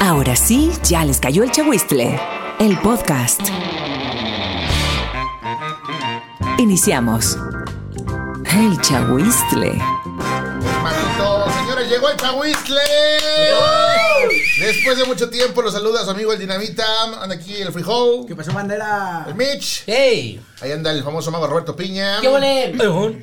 Ahora sí, ya les cayó el chahuistle. El podcast. Iniciamos. El chahuistle. Manito, señores, llegó el Chahuistle. Después de mucho tiempo, los saluda su amigo el Dinamita. Anda aquí el Frijol, ¿Qué pasó, bandera? el Mitch. ¡Hey! Ahí anda el famoso mago Roberto Piña. ¿Qué ole?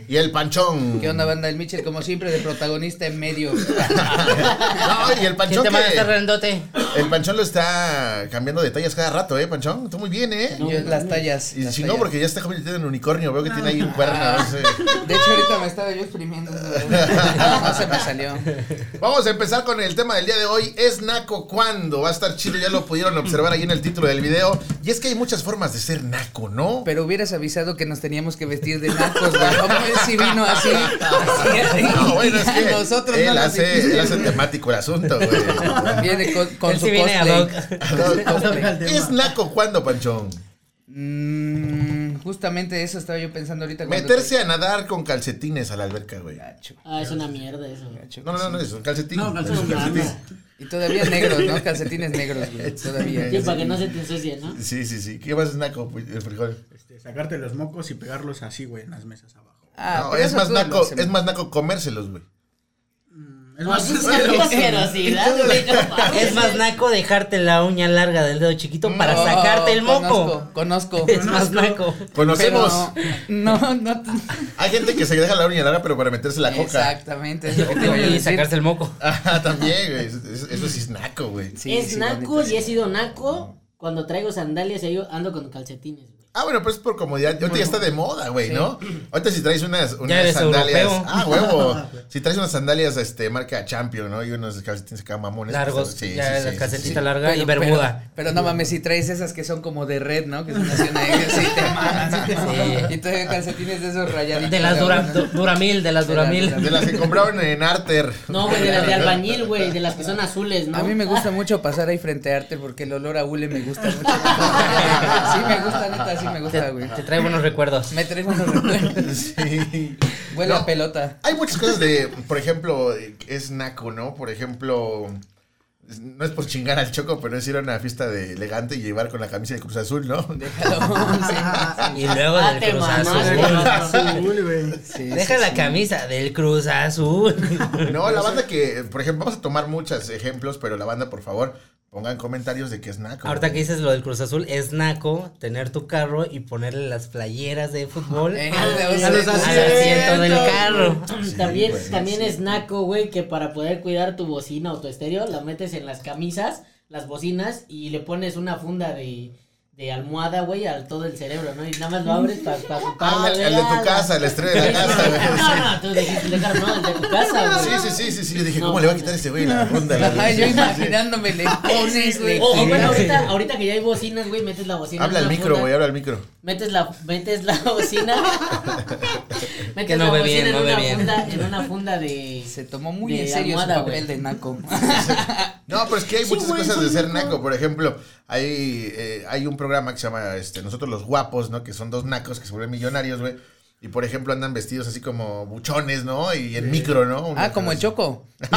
Y el Panchón. ¿Qué onda, banda? El Mitchell, como siempre, de protagonista en medio. No, y el ¿Quién Panchón. te manda este que- rendote? el Panchón lo está cambiando de tallas cada rato, ¿eh, Panchón? Tú muy bien, ¿eh? Yo, las tallas. Y las chingón tallas. porque ya está convirtiendo en unicornio. Veo que tiene ahí un cuerno. no sé. De hecho, ahorita me estaba yo exprimiendo. No, no se me salió. Vamos a empezar con el tema del día de hoy. Es naco cuando. Va a estar chido, ya lo pudieron observar ahí en el título del video. Y es que hay muchas formas de ser naco, ¿no? Pero hubieras avisado que nos teníamos que vestir de nacos, güey. ¿Cómo es si vino así? así No, bueno, es y a que nosotros él, no nos hace, él hace temático el asunto, güey. Viene con, con Él su sí viene cosplay. ad hoc. No, no, ¿Es naco cuándo, Panchón? Mm, justamente eso estaba yo pensando ahorita. cuando Meterse a nadar con calcetines a la alberca, güey. te- Gacho, Ah, es una mierda eso. gacho. No, no, no, no, es un calcetín. No, calcetín. Es un calcetín. Y todavía negros, ¿no? Calcetines negros, güey. Todavía. Sí, para que no se te ensucie, ¿no? Sí, sí, sí. ¿Qué más es naco, pues, el frijol? Este, sacarte los mocos y pegarlos así, güey, en las mesas abajo. Ah, No, pero es eso más tú lo naco, hacemos. es más naco comérselos, güey. Es No, más, eso es una asquerosidad, güey, no mames. Es más naco dejarte la uña larga del dedo chiquito para No, sacarte el moco. Conozco, conozco. Es más naco. Conocemos. Pero No, no. Hay gente que se deja la uña larga, pero para meterse la coca. Exactamente. es lo que te iba a Y decir. sacarse el moco. Ah, también, güey. Eso, eso sí es naco, güey. Sí, es sí, la naco neta, sí. y he sido naco cuando traigo sandalias y yo ando con calcetines, güey. Ah, bueno, pero es por comodidad. Ahorita ya está de moda, güey, ¿no? Ahorita si traes unas, unas eres sandalias. europeo. Ah, huevo. si traes unas sandalias, este, marca Champion, ¿no? Y unos calcetines acá mamones. Largos. pues, sí, ya sí, la sí, calcetita sí. larga y bermuda. Pero, pero no mames, si traes esas que son como de red, ¿no? Que son así una sí, te maman, sí, te maman. Y todavía calcetines de esos rayaditos. De las dura, cabrón. du- Duramil, de las De las Duramil. Duramil. De las que compraron en Arter. No, güey, de las de albañil, güey, de las que son azules, ¿no? A mí me gusta mucho pasar ahí frente a Arte porque el olor a hule me gusta mucho. Sí, me gusta, neta, sí me gusta, güey. Te trae buenos recuerdos. Me traigo unos recuerdos. Sí. Huele No. a pelota. Hay muchas cosas de, por ejemplo, es naco, ¿no? Por ejemplo, es- no es por chingar al choco, pero es ir a una fiesta de elegante y llevar con la camisa de Cruz Azul, ¿no? Déjalo. sí. Y luego Ah, del te Cruz mamaste, Azul. cabrón. Azul, güey. Deja la camisa del Cruz Azul. No, la banda que, por ejemplo, vamos a tomar muchos ejemplos, pero la banda, por favor, pongan comentarios de qué es naco. Ahorita que dices lo del Cruz Azul, es naco tener tu carro y ponerle las playeras de fútbol Eh, al los al asiento del asientos. carro. También, güey, también Ah, sí. es naco, güey, que para poder cuidar tu bocina o tu estéreo, la metes en las camisas, las bocinas, y le pones una funda de, de almohada, güey, al todo el cerebro, ¿no? Y nada más lo abres para pa Ah, ocuparla, el, güey. el de Ah, tu casa, el estrella de la casa, güey. No, no, tú dijiste de casa, no, el de tu casa, Sí, güey. sí, sí, sí, sí. Yo dije, No, ¿cómo le va a no, quitar no. ese güey la ronda? Ay, yo imaginándome le pones, güey. O, o bueno, ahorita, ahorita que ya hay bocinas, güey, metes la bocina. Habla en al una micro, funda, güey, habla al micro. Metes la, metes la bocina. metes Que no la ve bocina bien, en, no ve una bien. Funda, en una funda de. Se tomó muy de en serio su almohada, papel güey. de naco. Ah, No, pero es que hay muchas cosas de ser naco. Por ejemplo, hay, eh, hay un programa que se llama este, Nosotros los Guapos, ¿no? Que son dos nacos que se vuelven millonarios, güey. Y por ejemplo, andan vestidos así como buchones, ¿no? Y en micro, ¿no? Ah, como el Choco.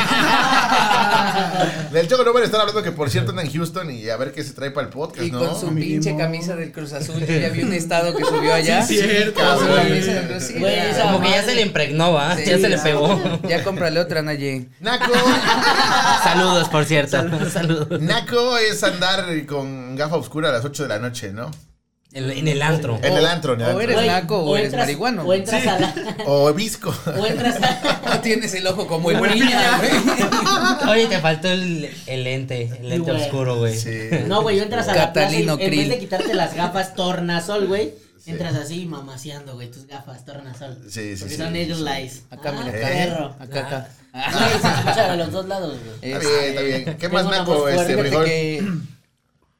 Del Choco no van a estar hablando que por cierto anda en Houston y a ver qué se trae para el podcast, Y Pues ¿no? con su Mi pinche limón. camisa del Cruz Azul. Yo ya vi un estado que subió allá. Sí, cierto, Con su güey. camisa del Cruz Azul. Güey, esa Como que ya madre. se le impregnó, ¿va? ah, Ya se le pegó. Ya cómprale otra, Naye. Naco, Saludos, por cierto. Saludos. naco es andar con gafa oscura a las 8 de la noche, ¿no? En, en el antro. En el antro, en el O antro. eres Güey, naco o eres marihuano. O entras a la. O visco. O entras a. No tienes el ojo como el piña, güey. Oye, te faltó el, el lente, el lente güey. oscuro, güey. Sí. No, güey, entras a la plaza y Catalino en vez Krill. de quitarte las gafas tornasol, güey, entras así mamaseando, güey, tus gafas tornasol. Sí, sí, Porque sí. son ellos lies. Acá, mira, Ah, acá. perro. Ah, Acá, acá. Güey, se escucha de los dos lados, güey. Está Es- bien, está bien. ¿Qué Tengo más una naco voz este, fuerte frijol? que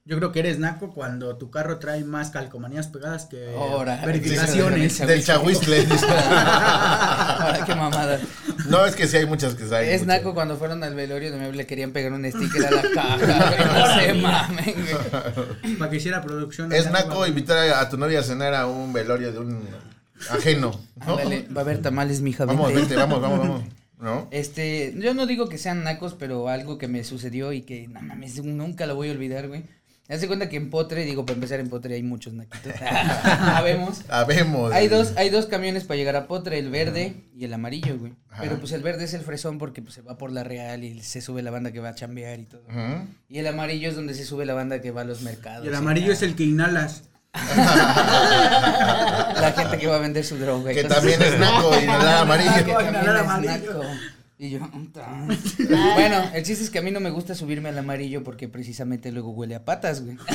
Yo creo que eres naco cuando tu carro trae más calcomanías pegadas que Ahora, verificaciones. que- Del chahuistle. Ahora qué mamada. No, es que sí hay muchas que hay. Es muchas. naco cuando fueron al velorio de le querían pegar un sticker a la caja. güey. No se mamen, güey. Para que hiciera producción. Es allá naco arriba, güey. invitar a, a tu novia a cenar a un velorio de un ajeno. ¿no? Ándale, va a haber tamales, mija. Vamos, vente. vente, vamos, vamos, vamos. ¿No? Este, yo no digo que sean nacos, pero algo que me sucedió y que no mames, nunca lo voy a olvidar, güey. Hace cuenta que en Potre, digo, para empezar en Potre hay muchos naquitos. Habemos. Sabemos. Hay güey. dos, hay dos camiones para llegar a Potre, el verde y el amarillo, güey. Ajá. Pero pues el verde es el fresón porque pues, se va por la real y se sube la banda que va a chambear y todo. Ujú. Y el amarillo es donde se sube la banda que va a los mercados. Y el amarillo es el que inhalas. La gente que va a vender su droga. y Que cosas también así. es naco y nada Que amarillo. Naco. también Era es amarillo. naco. Y yo, "Uta". bueno, el chiste es que a mí no me gusta subirme al amarillo porque precisamente luego huele a patas, güey.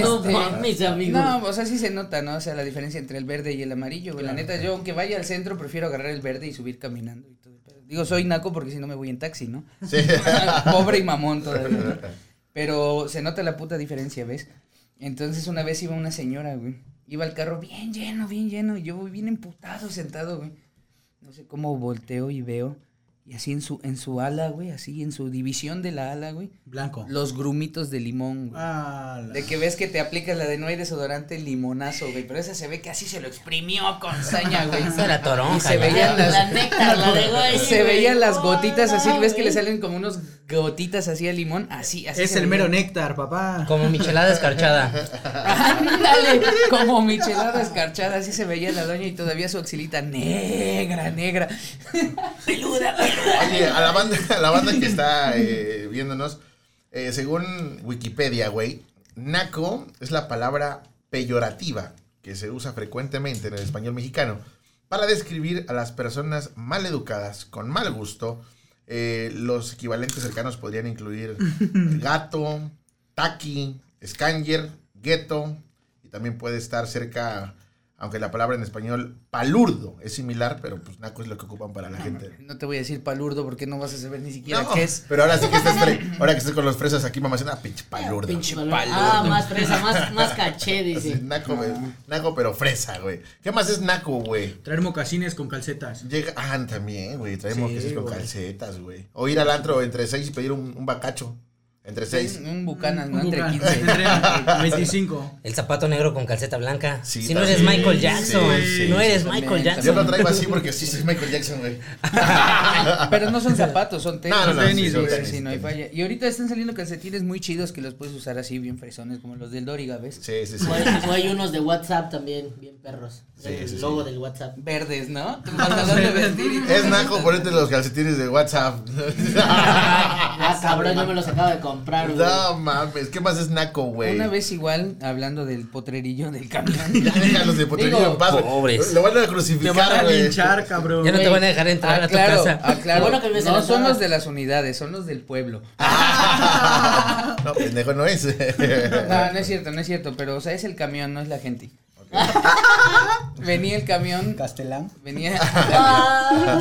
No Este, mames, amigo. No, o sea, sí se nota, ¿no? O sea, la diferencia entre el verde y el amarillo, güey. La neta, yo aunque vaya al centro, prefiero agarrar el verde y subir caminando. y todo el pedo. Digo, soy naco porque si no me voy en taxi, ¿no? Sí. Pobre y mamón todavía. ¿no? Pero se nota la puta diferencia, ¿ves? Entonces una vez iba una señora, güey. Iba el carro bien lleno, bien lleno. Y yo voy bien emputado sentado, güey. No sé cómo volteo y veo. Y así en su, en su ala, güey. Así en su división de la ala, güey. Blanco. Los grumitos de limón, güey. Ah, la- De que ves que te aplicas la de no hay desodorante limonazo, güey. Pero esa se ve que así se lo exprimió con saña, güey. Esa era toronja, Y se ya. veían las. La néctar, la de güey, se güey. veían las No, gotitas no, así, ves que güey. le salen como unos gotitas así al limón, así, así. es se el mero veían. néctar, papá. Como michelada escarchada. Ándale, como michelada escarchada, así se veía la doña y todavía su axilita negra, negra. peluda, peluda. Oye, a la banda, a la banda que está eh, viéndonos, eh, según Wikipedia, güey, naco es la palabra peyorativa que se usa frecuentemente en el español mexicano para describir a las personas mal educadas, con mal gusto. Eh, los equivalentes cercanos podrían incluir gato, taqui, scanger, gueto, y también puede estar cerca, aunque la palabra en español palurdo es similar, pero pues naco es lo que ocupan para la gente. No te voy a decir palurdo porque no vas a saber ni siquiera No, qué es. Pero ahora sí que estás, fre- ahora que estás con los fresas aquí, mamá, es una pinche palurda. Pinche valor. Ah, más fresa, más, más caché, Así, dice. naco, güey, naco, pero fresa, güey. ¿Qué más es naco, güey? Traer mocasines con calcetas. Llega, ah, también, güey, traemos Sí, quesos con güey. calcetas, güey. O ir al antro entre seis y pedir un, un bacacho. Entre seis. Un, un bucanas, ¿no? Un Entre bucan- 15. entre 25. El zapato negro con calceta blanca. Sí, si no eres también. Michael Jackson. Sí, sí, no sí, eres también, también. Michael Yo Jackson. lo traigo así porque sí, soy Michael Jackson, güey. Pero no son zapatos, son tenis. No, no, no, tenis, sí, son güey, tenis, sí, no hay tenis. falla. Y ahorita están saliendo calcetines muy chidos que los puedes usar así bien fresones, como los del Doriga, ¿ves? Sí, sí, sí. Güey, güey, hay unos de WhatsApp también, bien perros. Sí, el sí, sí. logo del WhatsApp. Verdes, ¿no? Tu pantalón de vestir y todo. Es naco ponerte los calcetines de WhatsApp. Ah, cabrón, yo me los acabo de comprar, güey. no mames, ¿qué más es naco, güey? Una vez igual, hablando del potrerillo del camión. Ya déjalos de potrerillo Digo, en paz. güey. pobres. Lo van a Te crucificar, van a güey. linchar, cabrón. Ya no te Güey, van a dejar Ah, entrar a tu Aclaro, casa. aclaro. Bueno que me se no las son daba. los de las unidades, son los del pueblo. No, pendejo no es. No, no es cierto, no es cierto, pero o sea, es el camión, no es la gente. venía el camión, Castelán. venía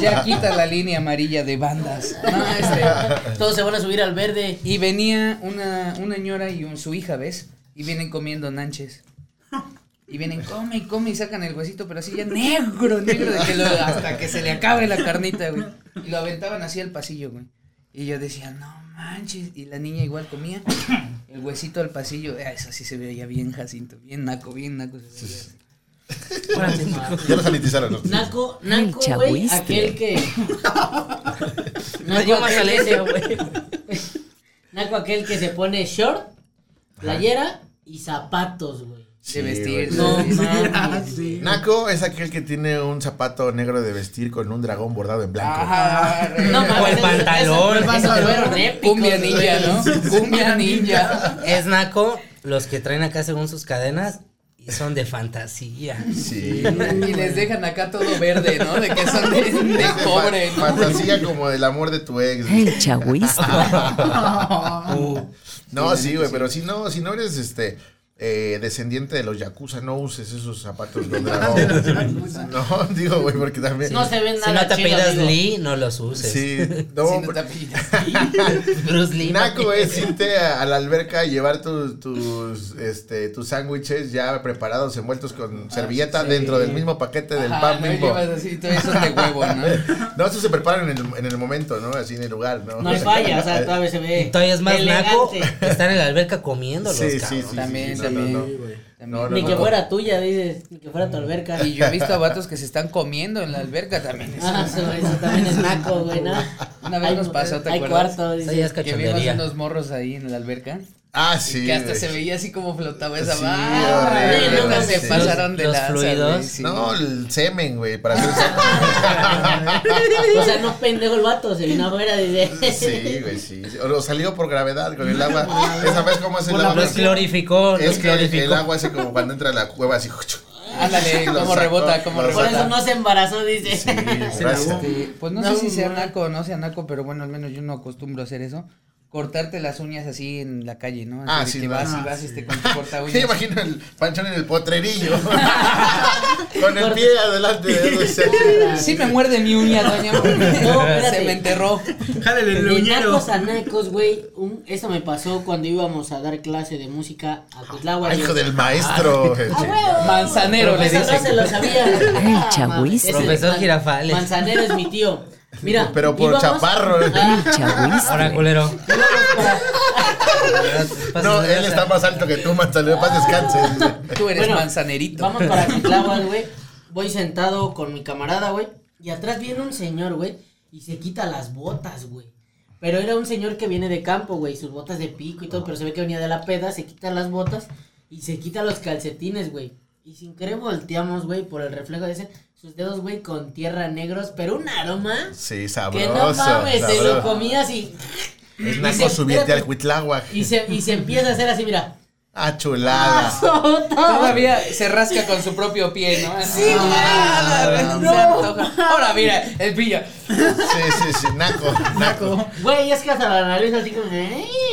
ya quita la línea amarilla de bandas. No, este, Todos se van a subir al verde. Y venía una, una ñora y un, su hija, ¿ves? Y vienen comiendo nanches. Y vienen, come y come y sacan el huesito, pero así ya negro, negro, de que lo- hasta que se le acabe la carnita, güey. Y lo aventaban así al pasillo, güey. Y yo decía, no manches. Y la niña igual comía el huesito al pasillo. Ah, eso sí se veía bien, Jacinto, bien naco, bien naco. se veía. Ya lo sanitizaron. ¿no? Naco, Ay, Naco, güey, chagüiste. aquel que... Me dio más aquel que- alergia, güey. Naco aquel que se pone short, playera y zapatos, güey. Sí, de vestir. güey. de No vestir. Ah, mames. sí. Naco es aquel que tiene un zapato negro de vestir con un dragón bordado en blanco. Ajá, No mames, O el esos- pantalón. esos fueron épicos, Cumbia güey. ninja, ¿no? Cumbia ninja. Es naco los que traen acá según sus cadenas y son de fantasía. Sí. Y les dejan acá todo verde, ¿no? De que son de, de Ese cobre, fa- ¿no? Fantasía como del amor de tu ex. güey. El chagüiste. No, sí, güey, pero si no, si no eres este eh, descendiente de los yakuza, no uses esos zapatos con dragón. No, digo, güey, porque también. No se ven nada Si no te chido, apellidas amigo. Lee, no los uses. Sí, Si no, no te apellidas. Bruce Lee. no Naco te- es irte a, a la alberca y llevar tus tus este tus sándwiches ya preparados envueltos con servilleta sí. dentro del mismo paquete del Ajá, pan no bimbo. llevas así, todo eso de huevo, ¿no? No, eso se preparan en el, en el momento, ¿no? Así en el lugar, ¿no? No hay falla, o sea, todavía se ve Y todavía es más naco Eh, elegante. estar en la alberca comiéndolos, Sí, sí, cabrón. sí. También sí, se también. no, no. también. No, no, Ni no, que no. fuera tuya, dices. Ni que fuera tu alberca. Y yo he visto a vatos que se están comiendo en la alberca también. eso. Ah, eso, eso también es naco, güey, ¿no? Una vez Hay- nos pasó, ¿te Hay acuerdas? cuarto, Eso dices. ya es que vimos cachondería. unos morros ahí en la alberca. Ah, y sí. que hasta güey. se veía así como flotaba esa Sí, madre. horrible, neta, güey, se sí. pasaron de Los lanza, güey, fluidos. sí. No, el semen, güey, para hacer O sea, no pendejo el vato, se vino afuera, dice. Sí, güey, sí. O o salió por gravedad con el agua. Esa vez cómo es el agua. Los glorificó, los Es que el, el glorificó. agua hace como cuando entra a la cueva así. Ándale, Lo cómo sacó, rebota, cómo lo Por rebota. eso no se embarazó, dice. Sí, gracias. Este, pues no, No, sé si sea no. naco o no sea naco, pero bueno, al menos yo no acostumbro a hacer eso. Cortarte las uñas así en la calle, ¿no? Así Ah, de sí, que no. vas y Ah, vas sí. este, con tu corta Yo uñas. imagino el panchón en el potrerillo. con el pie adelante de Sí me muerde mi uña, doña. porque se espérate. me enterró. Jálale el De uñero. nacos a nacos, güey. un- Eso me pasó cuando íbamos a dar clase de música a Cutlahua. Ah, Ay, "Ah, Hijo del Ah, maestro. Manzanero, le Esa dicen. frase lo sabía. Ah, El chagüis. Ese- Profesor Man- Girafales. Manzanero es mi tío. Mira. Pero por íbamos- chaparro. Ah, El chagüis. Ahora, culero. No, él está más alto que tú, Manzanero. Paz, descanse. Tú eres Bueno, manzanerito. Vamos para Cutlahua, güey. Voy sentado con mi camarada, güey. Y atrás viene un señor, güey. Y se quita las botas, güey. Pero era un señor que viene de campo, güey. Sus botas de pico y todo. Pero se ve que venía de la peda. Se quita las botas. Y se quita los calcetines, güey. Y sin querer volteamos, güey, por el reflejo de ese. Sus dedos, güey, con tierra negros. Pero un aroma. Sí, sabroso. Que no mames, se lo sabroso. comía así. Es Y naco se- subirte al espérate. Huitláhuac. Y se, y se empieza a hacer así, mira. Ah, chulada. Ah. Todavía se rasca con su propio pie, ¿no? Ah, Sí, no. Ahora mira, el pillo. Sí, sí, sí, naco, naco. Güey, es que hasta la nariz así como.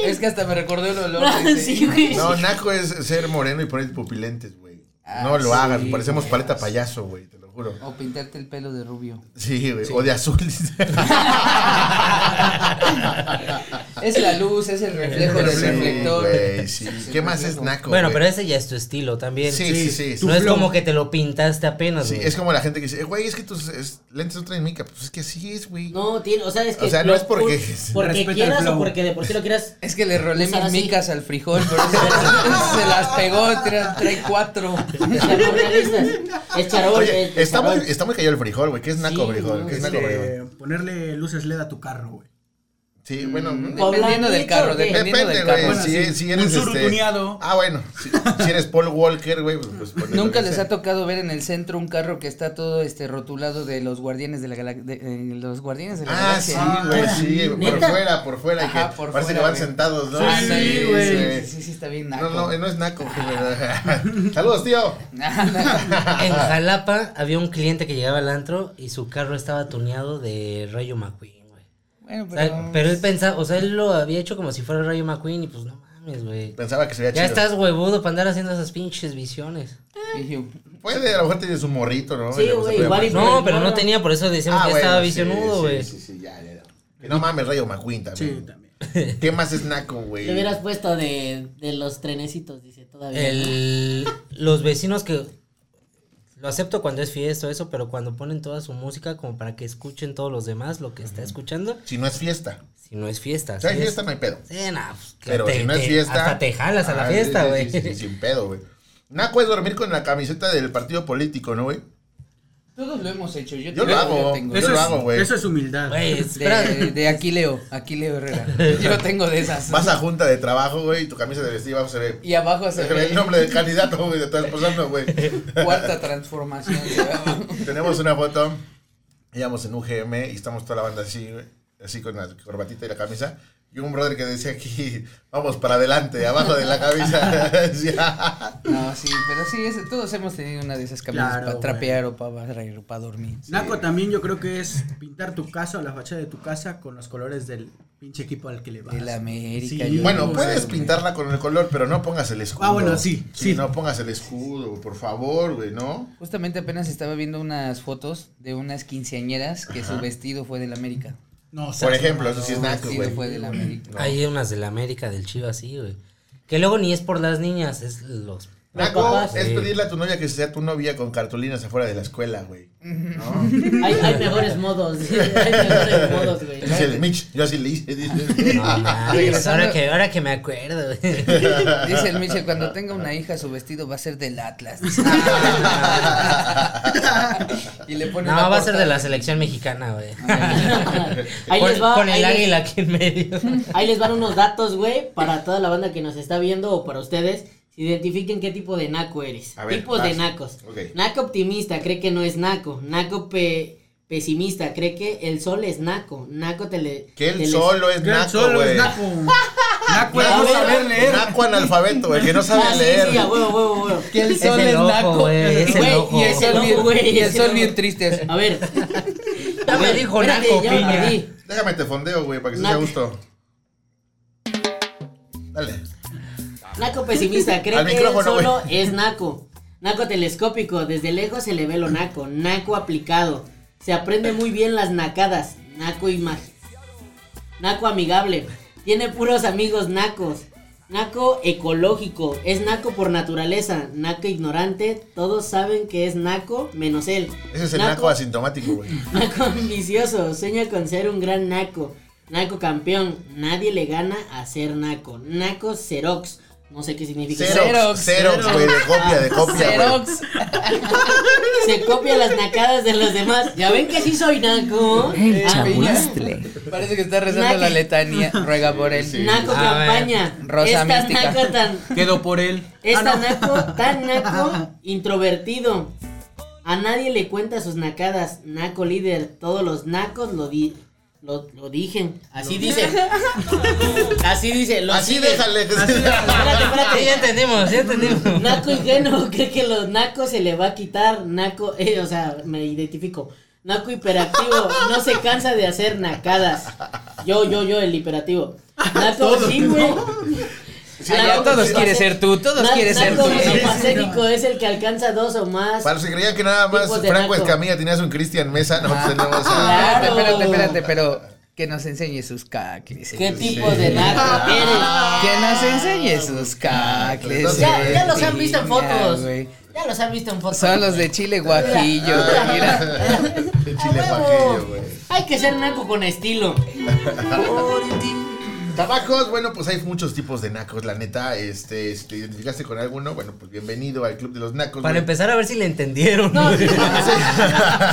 Es que hasta me recordó el olor. dice. Ah, Sí, güey. No, naco es ser moreno y poner pupilentes, güey. Ah, No lo sí, hagas, parecemos güey. paleta payaso, güey, te lo juro. O pintarte el pelo de rubio. Sí, güey, o de azul. Es la luz, es el reflejo del Sí, reflector. güey, sí. ¿Qué más es reflejo. naco? Bueno, güey? pero ese ya es tu estilo también. Sí, sí, sí. No sí. es como que te lo pintaste apenas, Sí, güey. es como la gente que dice, eh, güey, es que tus es- lentes no traen mica. Pues es que así es, güey. No, tiene, o sea, es O que. sea, no lo- es porque- Porque Respeta el quieras o flow. porque de por sí lo quieras. Es que le rolé Usar mis así. micas al frijol, por eso se, se las pegó, tra- trae cuatro. o sea, no realistas. Es charol. Oye, es- es está muy, charol. está muy callado el frijol, güey. ¿Qué es naco Sí, frijol? no, ¿Qué es naco frijol? Este, ponerle luces LED a tu carro, güey. Sí, bueno. pues, Dependiendo del carro, Pobladito, dependiendo Depende, del carro. güey. Bueno, si, sí. si Un eres suru este- tuneado. Ah, bueno. Si, si eres Paul Walker, güey, pues, pues pones lo Nunca que les sea. ha tocado ver en el centro un carro que está todo este rotulado de los guardianes de la galaxia. los guardianes de la Ah, sí, galaxia. güey, sí, por ¿Neta? fuera, por fuera, y Ajá, que por parece que fuera, van güey. sentados, ¿no? Ah, ándale, Sí, sí, güey. sí, sí, sí, está bien naco. No, eh. no, no es naco. güey. Saludos, tío. En Jalapa había un cliente que llegaba al antro y su carro estaba tuneado de Rayo McQueen, güey. bueno, O pero, sea, pero él pensaba, o sea, él lo había hecho como si fuera Rayo McQueen y pues no mames, güey. Pensaba que se veía chido. Ya estás huevudo para andar haciendo esas pinches visiones. Dije, Puede, a lo mejor tiene su morrito, ¿no? Sí, Y le gusta güey, el igual y- No, Pero pero no bueno. tenía, por eso decíamos Ah, que ya bueno, estaba sí, visionudo, sí, güey. Sí, sí, ya, ya, ya. Que no mames, Rayo McQueen Sí, también. también. ¿Qué más es naco, Te güey? hubieras puesto de, de los trenecitos, dice todavía. El, los vecinos que. Lo acepto cuando es fiesta o eso, pero cuando ponen toda su música como para que escuchen todos los demás lo que está escuchando, Si no es fiesta. si no es fiesta. Si hay sí es- fiesta, no hay pedo. Sí, no, pues, que Pero te- si no es te- fiesta. Hasta te jalas a Ah, la sí, fiesta, sí, güey. sí, sí, Sin pedo, güey. Naco es dormir con la camiseta del partido político, ¿no, güey? Todos lo hemos hecho. Yo, Yo lo tengo, hago. yo tengo. Yo Eso lo es- hago, güey. Eso es humildad. Güey, espera, De, de Aquileo, Aquileo Herrera. Yo tengo de esas. Vas a junta de trabajo, güey, y tu camisa de vestir abajo se ve. Y abajo se Se ve el ve nombre del candidato, güey, te estás pasando, güey. cuarta transformación. Tenemos una foto, íbamos en UGM y estamos toda la banda así, güey, así con la corbatita y la camisa. Y un brother que decía aquí, vamos para adelante, abajo de la camisa. Decía, No, sí, pero sí, es- todos hemos tenido una de esas camisas Claro, para güey. trapear o para barrer o para dormir. Naco también yo creo que es pintar tu casa o la fachada de tu casa con los colores del pinche equipo al que le vas. Del América, Sí. yo- bueno, no puedes sé, güey. pintarla con el color, pero no pongas el escudo. Ah, bueno, sí, sí. no pongas el escudo, por favor, güey, ¿no? Justamente apenas estaba viendo unas fotos de unas quinceañeras que su vestido fue del América. No, seas Por ejemplo, mamón. eso sí es Su naco, vestido fue güey. del América. Hay unas de la América, del Chivas, sí, güey. Que luego ni es por las niñas, es los Naco papás. es Sí. pedirle a tu novia que sea tu novia con cartulinas afuera de la escuela, güey. Hay, hay mejores modos. Hay mejores modos, güey. Dice el Mitch, yo así le hice. dice. No, mames, ahora, que, ahora que me acuerdo. Dice el Michel, Ah. cuando tenga una hija, su vestido va a ser del Atlas. y le pone una No, va a ser portada. de la selección mexicana, güey. Ahí Con- les va, Con el ahí les- águila aquí en medio. Ahí les van unos datos, güey, para toda la banda que nos está viendo o para ustedes. Se identifiquen qué tipo de naco eres. A ver, Tipos vas. de nacos. Ok. Naco optimista cree que no es naco. Naco pe- pesimista cree que el sol es naco. Naco tele. Que él tele- solo es Que él naco, solo güey. es naco. Naco es Ya, Pues, no güey. saber leer. Naco analfabeto, güey, que no Ah, sabe sí, leer. sí, a huevo, huevo, huevo. Que el Es sol el es ojo, naco. güey, es el Güey, ojo. Y el sol bien, Güey, y el es el sol ojo. bien triste. A ver. Ya me dijo Espérate, naco, ya me piña. perdí. Déjame te fondeo, güey, para que se sea Naco. gusto. Dale. Naco pesimista, cree Al que él micrófono, solo güey. es naco. Naco telescópico, desde lejos se le ve lo naco. Naco aplicado. Se aprende muy bien las nacadas. Naco imagen. Naco amigable. Tiene puros amigos nacos. Naco ecológico. Es naco por naturaleza. Naco ignorante. Todos saben que es naco menos él. Ese es el naco asintomático, güey. Naco ambicioso, sueña con ser un gran naco. Naco campeón, nadie le gana a ser naco. Naco Xerox, no sé qué significa. Xerox, Xerox, Xerox, güey, de copia, de copia, güey. Xerox. Se copia las nacadas de los demás. Ya ven que sí soy naco. El Ah, Chahuistle. Parece que está rezando Naco. la letanía. Ruega por él. Sí. Naco A campaña. Rosa Esta mística. naco tan, Quedó por él. esta Ah, no. naco tan naco, introvertido. A nadie le cuenta sus nacadas. Naco líder, todos los nacos lo di, lo, lo dijen. Así dice. Así dice. lo Así siguen. déjale. Espérate, Ah, Sí, espérate. ya entendimos, ya entendimos. Naco ingenuo cree que los nacos se le va a quitar. Naco, eh, o sea, me identifico. Naco hiperactivo, no se cansa de hacer nacadas. Yo, yo, yo, el hiperactivo. Naco, sí, güey. Ah, ya, Naco- todos quieren ser tú, todos Na- quieren ser tú. Naco Sí, sí, monofacético es el que alcanza dos o más. Para los que creían que nada más Tipos de Franco naco. Ah, Escamilla tenías un Cristian Mesa, no pues tenemos a... Espérate, Claro. espérate, espérate, pero que nos enseñe sus cacles. ¿Qué tipo de naco eres? Que nos enseñe sus cacles. Ya, ya los han güey, visto en fotos. güey. Ya los han visto en fotos. Son los de Chile Guajillo, Ah, güey, mira. De ¡A Chile huevo! Guajillo, güey. Hay que ser naco con estilo. Tabacos, bueno, pues hay muchos tipos de nacos, la neta. Este, si te identificaste con alguno, bueno, pues bienvenido al Club de los Nacos. Para güey. empezar a ver si le entendieron. No, sí, güey.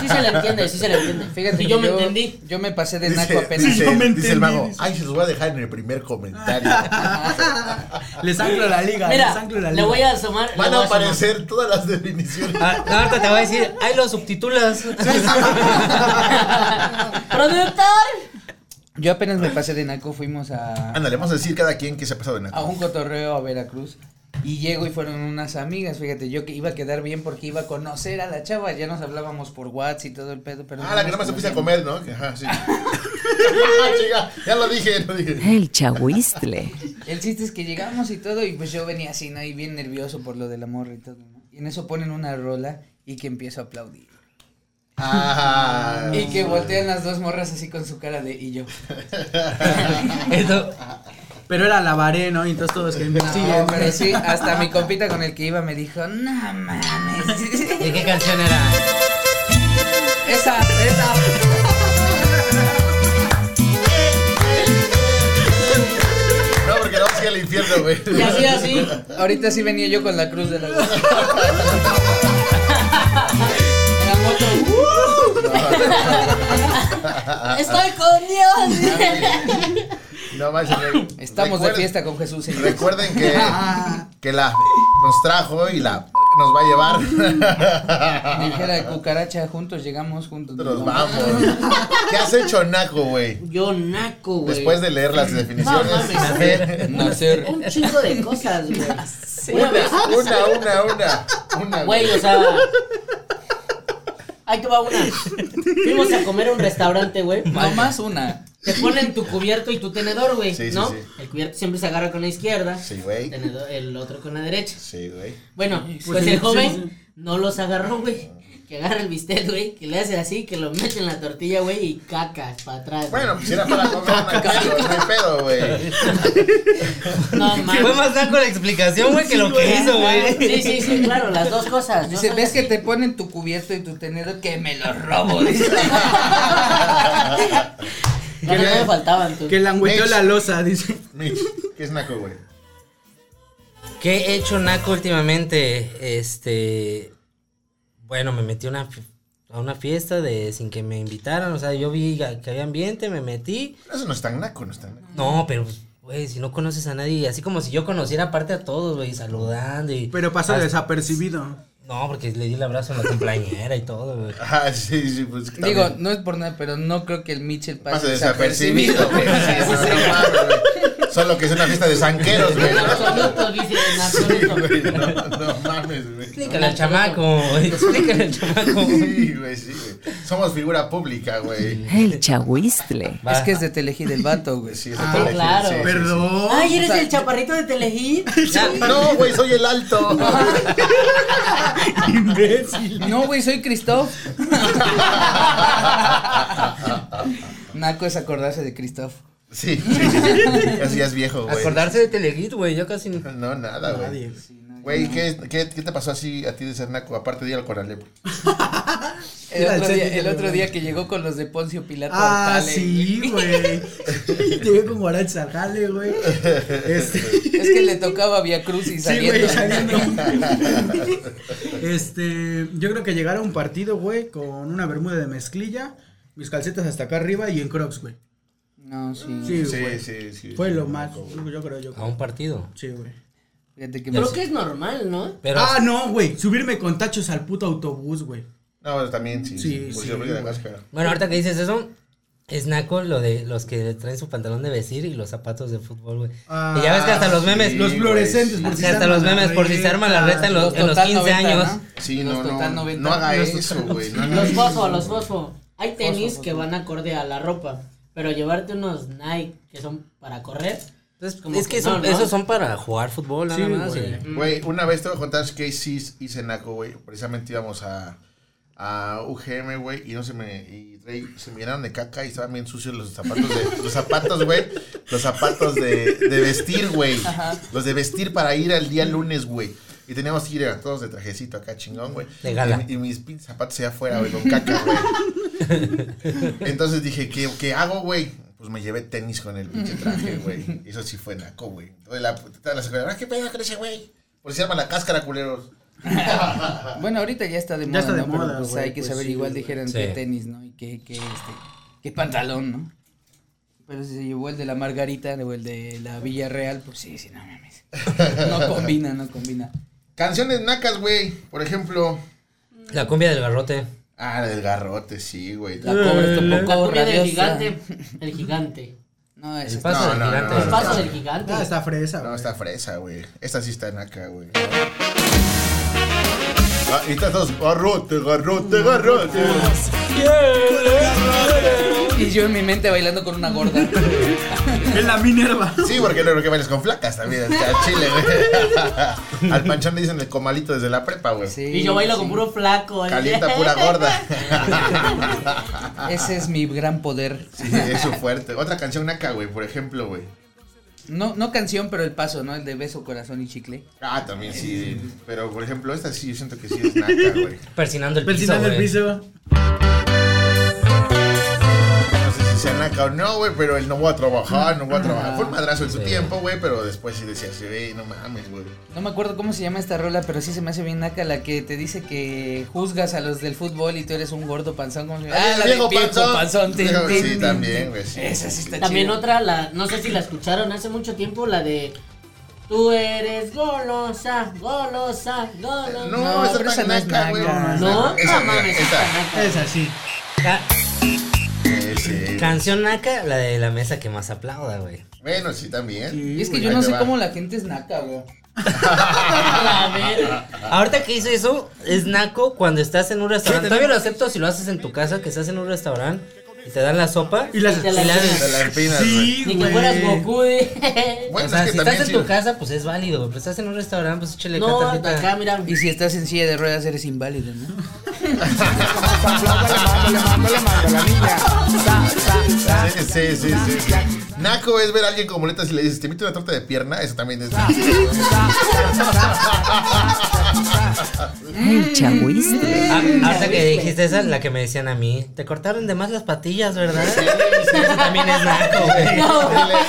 sí se le entiende, sí se le entiende. Fíjate Y que yo me entendí. Yo me pasé de Dice, naco apenas. dice- Yo me dice el entendí, mago, dice. ay, se los voy a dejar en el primer comentario. Les anclo la liga. les Mira, anclo la liga. le voy a asomar. le Van voy a a asomar. aparecer todas las definiciones. Ah, no, ahorita te voy a decir, ahí lo subtitulas. ¡Productor! Yo apenas me pasé de naco, fuimos a, Ándale, vamos a decir cada quien que se ha pasado de a naco. un cotorreo a Veracruz. Y llego y fueron unas amigas, fíjate, yo que iba a quedar bien porque iba a conocer a la chava, ya nos hablábamos por WhatsApp y todo el pedo, pero... Ah, la que no nos me supiste a conocíamos. comer, ¿no? Que, Ajá, sí. Chica, ya lo dije, lo dije. El Chahuistle. El chiste es que llegamos y todo, y pues yo venía así, ¿no? Y bien nervioso por lo del amor y todo, ¿no? Y en eso ponen una rola y que empiezo a aplaudir. Ah, Y que voltean las dos morras así con su cara de... Y yo... Esto- Pero era la varé, ¿no? Y entonces todos que Sí, investigan. pero "Ah, sí, hasta mi compita con el que iba me dijo, no mames. ¿De qué canción era? Esa, esa. No, porque no sigue al infierno, güey. Y así, así. Ahorita sí venía yo con la cruz de la La moto. ¡Estoy con Dios! No manches, güey. Estamos de Recuerden- fiesta con Jesús, señor. Recuerden que, que la nos trajo y la nos va a llevar. Dijera cucaracha, juntos llegamos, juntos Nos vamos. ¿Qué has hecho, Naco, güey? Yo naco, güey. Después de leer las No definiciones. mames. Nacer. Nacer. Un chingo de cosas, güey. Una vez, Una, una, una. Una, güey, o sea. Ahí te va una. Fuimos a comer a un restaurante, güey. No más una. Te ponen tu cubierto y tu tenedor, güey. Sí, sí, ¿No? sí. El cubierto siempre se agarra con la izquierda. Sí, güey. tenedor- El otro con la derecha. Sí, güey. Bueno, pues, sí, el sí, joven sí. no los agarró, güey. que agarra el bistec, güey, que le hace así, que lo mete en la tortilla, güey, y cacas para atrás. güey. Bueno, pues si era para comer, no hay pedo, no hay pedo, güey. no Fue mames. más naco la explicación, güey, que lo que hizo, güey. Sí, sí, sí, claro, las dos cosas. Yo Dice, soy ves que así. te ponen tu cubierto y tu tenedor que me lo robo. dice. No, no me faltaban tú. Que langueteó Mitch. la losa, dice. Mitch, ¿qué es naco, güey? ¿Qué he hecho naco últimamente? Este. Bueno, me metí a una fi- a una fiesta de sin que me invitaran. O sea, yo vi ga- que había ambiente, me metí. Eso no es tan naco, no es tan naco. No, pero, güey, si no conoces a nadie, así como si yo conociera aparte a todos, güey, saludando y. Pero pasó Ah, desapercibido. No, porque le di el abrazo a la compañera y todo, güey. Ah, sí, sí, pues que Digo, también no es por nada, pero no creo que el Mitchell pasa pase pues, desapercibido, güey. desapercibido, No, güey. no mames, güey. Solo que es una fiesta de zanqueros, güey. En ¿no? absoluto, dice, en Sí, absoluto. güey, no, no mames, güey. Explícale al chamaco, güey. Explícale al chamaco. Sí, güey, sí, güey. Somos figura pública, güey. El Chagüistle. Va. Es que es de Telehit el vato, güey. Pues Sí, Ah, total, claro. sí, sí, sí. Perdón. Ay, eres el chaparrito de Telehit. No, güey, soy el alto. Ah, No, güey, soy Christoph. Naco es acordarse de Christoph. Sí, sí, sí, sí. Casi ya es viejo, güey. Acordarse de Telehit, güey, yo casi. No, nada, güey. Nadie. Güey, ¿qué, qué, qué te pasó así a ti de ser naco? Aparte de ir al Coralepo. El Era el otro, día, Sergio el de otro verdad. día que llegó con los de Poncio Pilato. Ah, al jale, sí, güey. Llegué con guaraches al jale, güey. Este, Es que le tocaba Via Cruz y sí, güey, saliendo. saliendo. Este, yo creo que llegar a un partido, güey, con una bermuda de mezclilla, mis calcetas hasta acá arriba y en crocs, güey. No, sí. Sí, Sí, güey. sí, sí. Fue sí, lo sí, más, naco, güey. yo creo yo. A un partido. Sí, güey. Fíjate que me- Creo que es normal, ¿no? Pero. ah, no, güey. Subirme con tachos al puto autobús, güey. No, pero también sí. Pues Sí, Sí, sí. sí, de güey. Huáscar. Bueno, ahorita que dices eso, es naco lo de los que traen su pantalón de vestir y los zapatos de fútbol, güey. Ah, y ya ves que hasta los memes. sí, Los güey, fluorescentes, sí. por si se hasta arma los la memes, por si se arma la reta en los, en los Total 15 90, años. ¿no? Sí, Los no, Total no. 90. No haga Los eso, Total güey. No haga Los eso. fosfo, los fosfo. Hay tenis Fosfo, que van acorde a la ropa, pero llevarte unos Nike que son para correr. Entonces, como es que, que son- no, ¿no? esos son para jugar fútbol, nada Sí, más. y- güey. Güey, una vez te voy a contar que sí hice naco, güey. Precisamente íbamos a, a UGM, güey, y no se me. Y traí- se me llenaron de caca y estaban bien sucios los zapatos de. los zapatos, güey. Los zapatos de, de vestir, güey. Los de vestir para ir al día lunes, güey. Y teníamos que ir a todos de trajecito acá, chingón, güey. De gala. Y, y mis pinches zapatos allá afuera, güey, con caca, güey. Entonces dije, ¿qué, qué hago, güey? Pues me llevé tenis con el pinche traje, güey. Eso sí fue naco, güey. Entonces la putita la secundaria, "Ah, ¿qué pedo con ese güey? Por si arma la cáscara, culeros. Bueno, ahorita ya está de Ya moda, está de ¿no? Pero, moda, pues, güey, hay que pues, saber, sí, igual güey. dijeron Sí. qué tenis, ¿no? Y qué, qué, este, qué pantalón, ¿no? Pero si se llevó el de la Margarita o el de la Villarreal, pues sí, sí, no mames. No combina, no combina. Canciones nacas, güey. Por ejemplo. La cumbia del garrote. Ah, la del garrote, sí, güey. La pobre está un La poco cumbia del radiosa. gigante. El gigante. No, esa El está- paso No, del no, gigante. no, El paso del gigante. Ah, está fresa, güey. No, está fresa, güey. Esta sí está naca, güey. Ah, y estas dos. Garrote, garrote, garrote. Y yo en mi mente bailando con una gorda. Es la Minerva. Sí, porque no creo que bailes con flacas también. Al chile, güey. Al panchón le dicen el comalito desde la prepa, güey. Sí, Y yo bailo con sí. puro flaco. Calienta pura gorda. Ese es mi gran poder. Sí, es su fuerte. Otra canción naca, güey, por ejemplo, güey. No, no canción, pero el paso, ¿no? El de beso, corazón y chicle. Ah, también sí. Pero, por ejemplo, esta sí, yo siento que sí es naca, güey. Persinando el piso. Persinando el güey. piso. No sé si sea naca o no, güey, pero él no voy a trabajar, no voy a trabajar. Fue un madrazo en su tiempo, güey, pero después sí decía, sí, güey, no mames, güey. No me acuerdo cómo se llama esta rola, pero sí se me hace bien naca la que te dice que juzgas a los del fútbol y tú eres un gordo panzón. ¿cómo se llama? Ah, la viejo del panzón. tin, Viejo- tin, sí, tin, también, tin. güey, sí. Esa sí está También chida. otra, la, no sé si la escucharon hace mucho tiempo, la de Tú eres golosa, golosa, golosa. No, No, esa pero es esa no es naca, naca. güey. No, esa, no mames, esa. Es así. Ca- Sí, sí. canción naca, la de la mesa que más aplauda, güey. Bueno, sí, también. Y es que Uy, yo ahí no te sé va. cómo la gente es naca, güey. A ver, Ahorita que hizo eso, es naco cuando estás en un restaurante. Todavía lo acepto si lo haces en tu casa, que estás en un restaurante y te dan la sopa. Y las Y te la- y le haces- Te la empinas, güey. Sí, Ni que güey. fueras Goku, güey. Bueno, o sea, es que también si estás en sí, tu güey. casa, pues es válido, güey. Pero estás en un restaurante, pues échale No, acá tarjeta. acá, mira. Y si estás en silla de ruedas eres inválido, ¿no? Sí, sí, sí, sí, sí. Naco es ver a alguien con muletas y le dices, te invito a una torta de pierna. Eso también es. El chagüistle. Ah, ahorita que dijiste esa, la que me decían a mí, te cortaron de más las patillas, ¿verdad? Sí, sí. Eso también es naco, güey. Dile,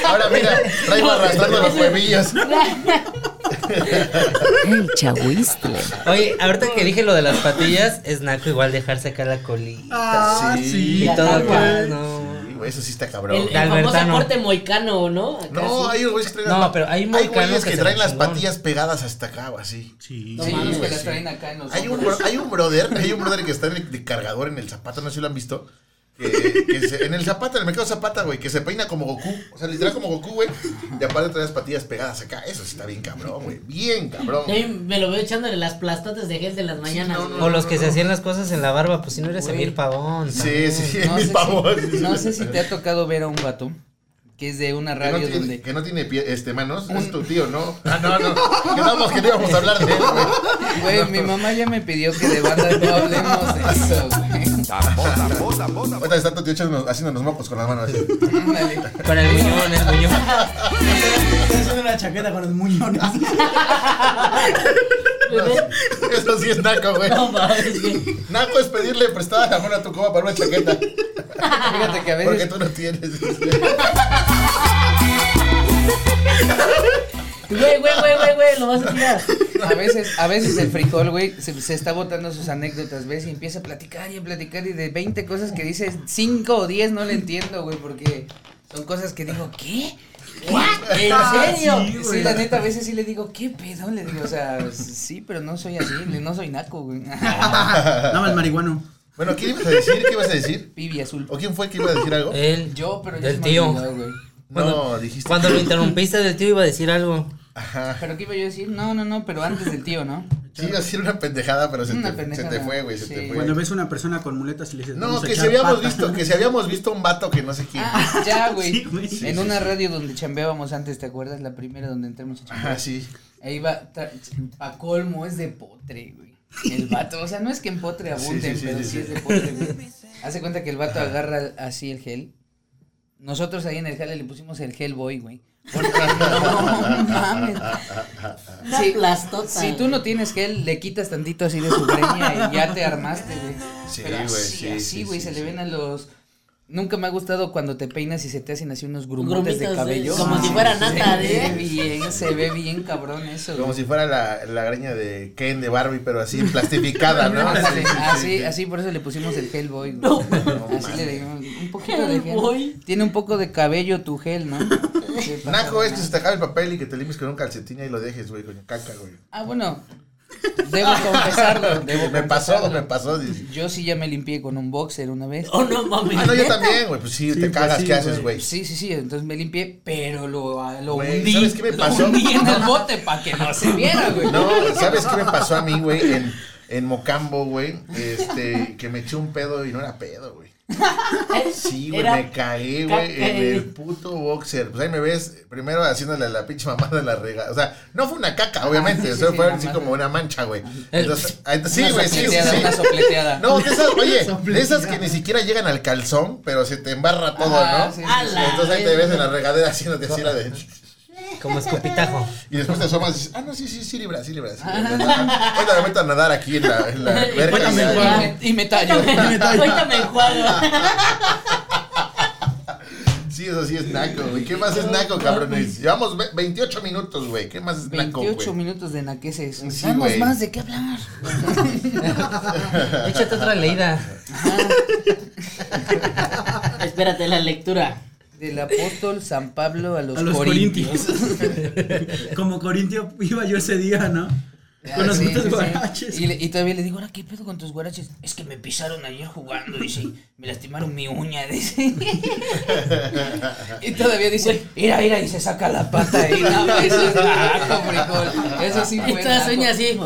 Ahora mira, traigo arrastrando los huevillos. El chagüistle. Oye, ahorita que dije lo de las patillas, es naco igual dejarse acá la colita Ah, Sí. sí. y la todo tapa. acá, güey. no. Sí, güey, Eso sí está El, cabrón. el De famoso Albertano. corte moicano, ¿no? Acá No, así. hay güeyes que traen, No, pero hay hay mohicanos güeyes que que, se traen la las chingón. patillas pegadas hasta acá, o así. Sí. No Sí, mames, que güey, las sí. traen acá en los Hay un, hombros. bro- hay un brother, hay un brother que está en el de cargador en el zapato, no sé si lo han visto. Que, que se- en el Zapata, en el mercado Zapata, güey, que se peina como Goku. O sea, literal como Goku, güey. Y aparte trae las patillas pegadas acá. Eso sí está bien cabrón, güey. Bien cabrón. Yo ahí me lo veo echándole las plastotas de gel de las mañanas. no, güey. O los que se hacían las cosas en la barba, pues si no eres Güey. Emil Pavón. Sí, también. sí, No mis sé si- pavos. No sé si te ha tocado ver a un vato que es de una Que no, radio tiene, donde. que no tiene pie- este, manos, es tu tío, ¿no? Ah, no, no. Quedamos que no íbamos a hablar de él, güey. Güey, mi mamá ya me pidió que de banda no hablemos de eso, güey. Ahorita está tu tío echándonos- haciéndonos mocos con las manos. así. Ándale. Con el muñón, el muñón. Es una chaqueta con los muñones. Eso sí es naco, güey. No mames, güey. Naco es pedirle prestada la mano a tu copa para una chaqueta. Fíjate que a Porque veces. tú no tienes. Güey, güey, güey, güey, güey, lo vas a tirar. A veces, a veces el frijol, güey, se, se está botando sus anécdotas, ¿ves? Y empieza a platicar y a platicar y de 20 cosas que dice, 5 o 10 no le entiendo, güey, porque son cosas que digo, ¿qué? ¿Qué? ¿En serio? Sí, Sí, güey. la neta, a veces sí le digo, ¿qué pedo? Le digo, o sea, sí, pero no soy así, le- no soy naco, güey. Nada más marihuano. Bueno, ¿qué ibas a decir? ¿Qué ibas a decir? Pibi azul. ¿O quién fue que iba a decir algo? Eh, El Yo, pero ya del se me tío. olvidó, güey. No, dijiste. Cuando lo interrumpiste del tío iba a decir algo. Ajá. ¿Pero qué iba yo a decir? No, no, no, pero antes del tío, ¿no? Sí, iba a decir una pendejada, pero se, Una te, pendejada. se te fue, güey. Se Sí. te fue. Cuando ves una persona con muletas y le dices, no, "Vamos a que si echar habíamos pata". visto, que si habíamos visto un vato que no sé quién. Ah, ya, Sí, güey. güey. Sí, en sí, una sí. radio donde chambeábamos antes, ¿te acuerdas? La primera donde entramos a chambear. Ajá, sí. Ahí va, tra- pa' colmo es de potre, güey. El vato, o sea, no es que en potre Sí, abunden, sí, sí, pero sí, sí, sí. es de potre, güey. Hace cuenta que el vato agarra así el gel. Nosotros ahí en el jale le pusimos el gel boy, güey. Porque no mames. Ah, Una Sí. plastota. Si tú no tienes gel, le quitas tantito así de su greña y ya te armaste, güey. Sí, Pero güey, así, sí, así, sí, güey, sí, se sí. le ven a los... Nunca me ha gustado cuando te peinas y se te hacen así unos grumotes Grumitos de de- cabello. como si fuera nata, Se ve ¿eh? bien, se ve bien cabrón eso, Como güey. si fuera la, la greña de Ken de Barbie, pero así plastificada, ¿no? Ándale, Sí, sí, sí, así, sí. así por eso le pusimos el Hellboy. güey. así le dimos un poquito de Hellboy. gel. Tiene un poco de cabello tu gel, ¿no? Sí, para- Naco es que se te acabe el papel y que te limpies con un calcetín y ahí lo dejes, güey, con caca, güey. Ah, bueno. Debo confesarlo. Debo Me pasó, confesarlo. me pasó. dice. Yo sí ya me limpié con un boxer una vez. Oh, no mames. Ah, no, yo también, güey. Pues sí, Sí, te pues cagas, sí, ¿qué haces, güey. güey? Sí, sí, sí, entonces me limpié, pero lo, ah, lo Güey, hundí. ¿sabes qué me lo pasó? hundí en el bote para que no se viera, güey. No, ¿sabes qué me pasó a mí, güey? En, en Mocambo, güey. Este, que me eché un pedo y no era pedo, güey. Sí, güey, Era me cagué, caca güey, en de- el puto boxer. Pues ahí me ves, primero haciéndole la pinche mamada de la rega. O sea, no fue una caca, obviamente. sí, o sea, sí, fue sí, así mamada. como una mancha, güey. El- Entonces, ah, entonces- sí, Una güey, sí, sí, sopleteada, sí. una sopleteada. No, de esas, oye, de Sopleteada. esas que ni siquiera llegan al calzón, pero se te embarra todo, Ah, ¿no? sí, sí, A sí. la Entonces ahí te ves verga. en la regadera haciéndote así la de... Como escupitajo. Este. Y después te asomas y dices, ah, no, sí, sí, sí, libra, sí, libra. Sí, libra. Ahorita me meto a nadar aquí en la, en la verga. Cuéntame, ya, Juan. ya. Y me, y me tallo. Ahorita me enjuago. Sí, eso sí es naco, güey. ¿Qué más es naco, pues. cabrones? Llevamos ve- 28 minutos, güey. ¿Qué más es naco, 28 güey? minutos de naqueses. Sí, Vamos güey. más de qué hablar. Échate otra leída. Espérate la lectura. Del apóstol San Pablo a los, A los corintios. corintios. Como corintio iba yo ese día, ¿no? Ah, con los sí, putos sí, sí. guaraches. Y, le- y todavía le digo, ahora, ¿qué pedo con tus guaraches? Es que me pisaron ayer jugando, dice, y me lastimaron mi uña, dice. y todavía dice, mira, mira, y se saca la pata. Y no, eso es naco, frijol. Eso sí fue Y todas naco. sueña así.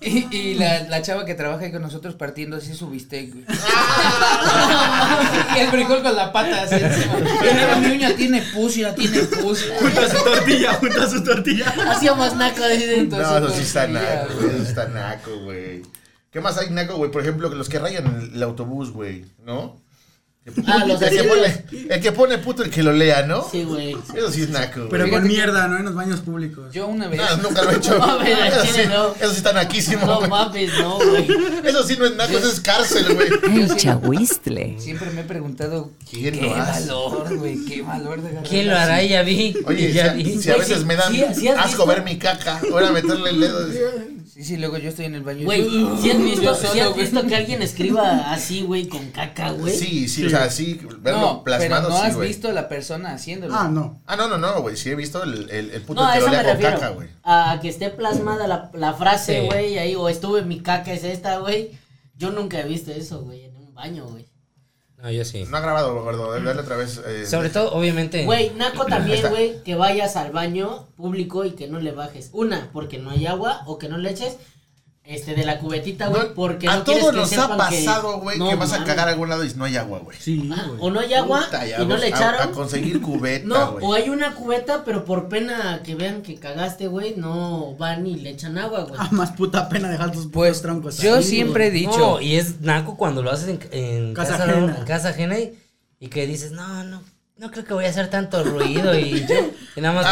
Y, y la, la chava que trabaja ahí con nosotros partiendo así su bistec, güey. Ah. y el frijol con la pata así encima. Y luego, mi uña tiene pus, ya tiene pus. Junta su tortilla, junta su tortilla. Hacíamos naco de No, eso sí está naco, güey. Eso está naco, güey. ¿Qué más hay naco, güey? Por ejemplo, que los que rayan el, el autobús, güey, ¿no? Ah, los el, que asesinos. pone, el que pone puto el que lo lea, ¿no? Sí, güey. Eso sí es naco, Pero güey. con mierda, ¿no? En los baños públicos. Yo una vez. No, nunca lo he hecho. No mames, al eso, sí, chile no. eso sí está naquísimo, No güey. mames, no, güey. Eso sí no es naco, eso es cárcel, güey. El Chahuistle. Siempre me he preguntado ¿Quién qué lo hace? valor, güey, qué valor de agarrar ¿Quién lo hará? Ya vi. Oye, si ya a, vi. si a veces me dan sí, sí has asco visto. ver mi caca, ahora meterle el dedo. Sí, sí, luego yo estoy en el baño. y- Güey, si has visto, Yo sí solo, has güey. visto que alguien escriba así, güey, con caca, güey? Sí, sí, o sea, sí, verlo No, pero plasmado, no sí, has güey. visto a la persona haciéndolo. Ah, no. Ah, no, no, no, güey. Sí he visto el, el, el puto No, a que lo eso me lea con refiero. caca, güey. a que esté plasmada la, la frase, Sí. güey, ahí, o estuve mi caca es esta, güey. Yo nunca he visto eso, güey, en un baño, güey. No, yo sí. No ha grabado, gordo. Dale otra vez. eh, Sobre todo, obviamente. Güey, Naco también, está. güey, que vayas al baño público y que no le bajes. Una, porque no hay agua, o que no le eches este de la cubetita, güey, No, porque a no quieres todos que nos ha sepan pasado, güey, No, que vas a mames. cagar a algún lado y no hay agua, güey. Sí, O güey. no hay agua Puta, ya y no vos, le a- echaron. A, conseguir cubeta, No, güey. o hay una cubeta, pero por pena que vean que cagaste, güey, no van y le echan agua, güey. Ah, más puta pena dejar tus Pues putos troncos. yo ahí, siempre he güey. dicho. No, y es naco cuando lo haces en, en Casa casa, ajena. ajena. En casa ajena y, y que dices, no, no, no creo que voy a hacer tanto ruido y, yo- y nada más.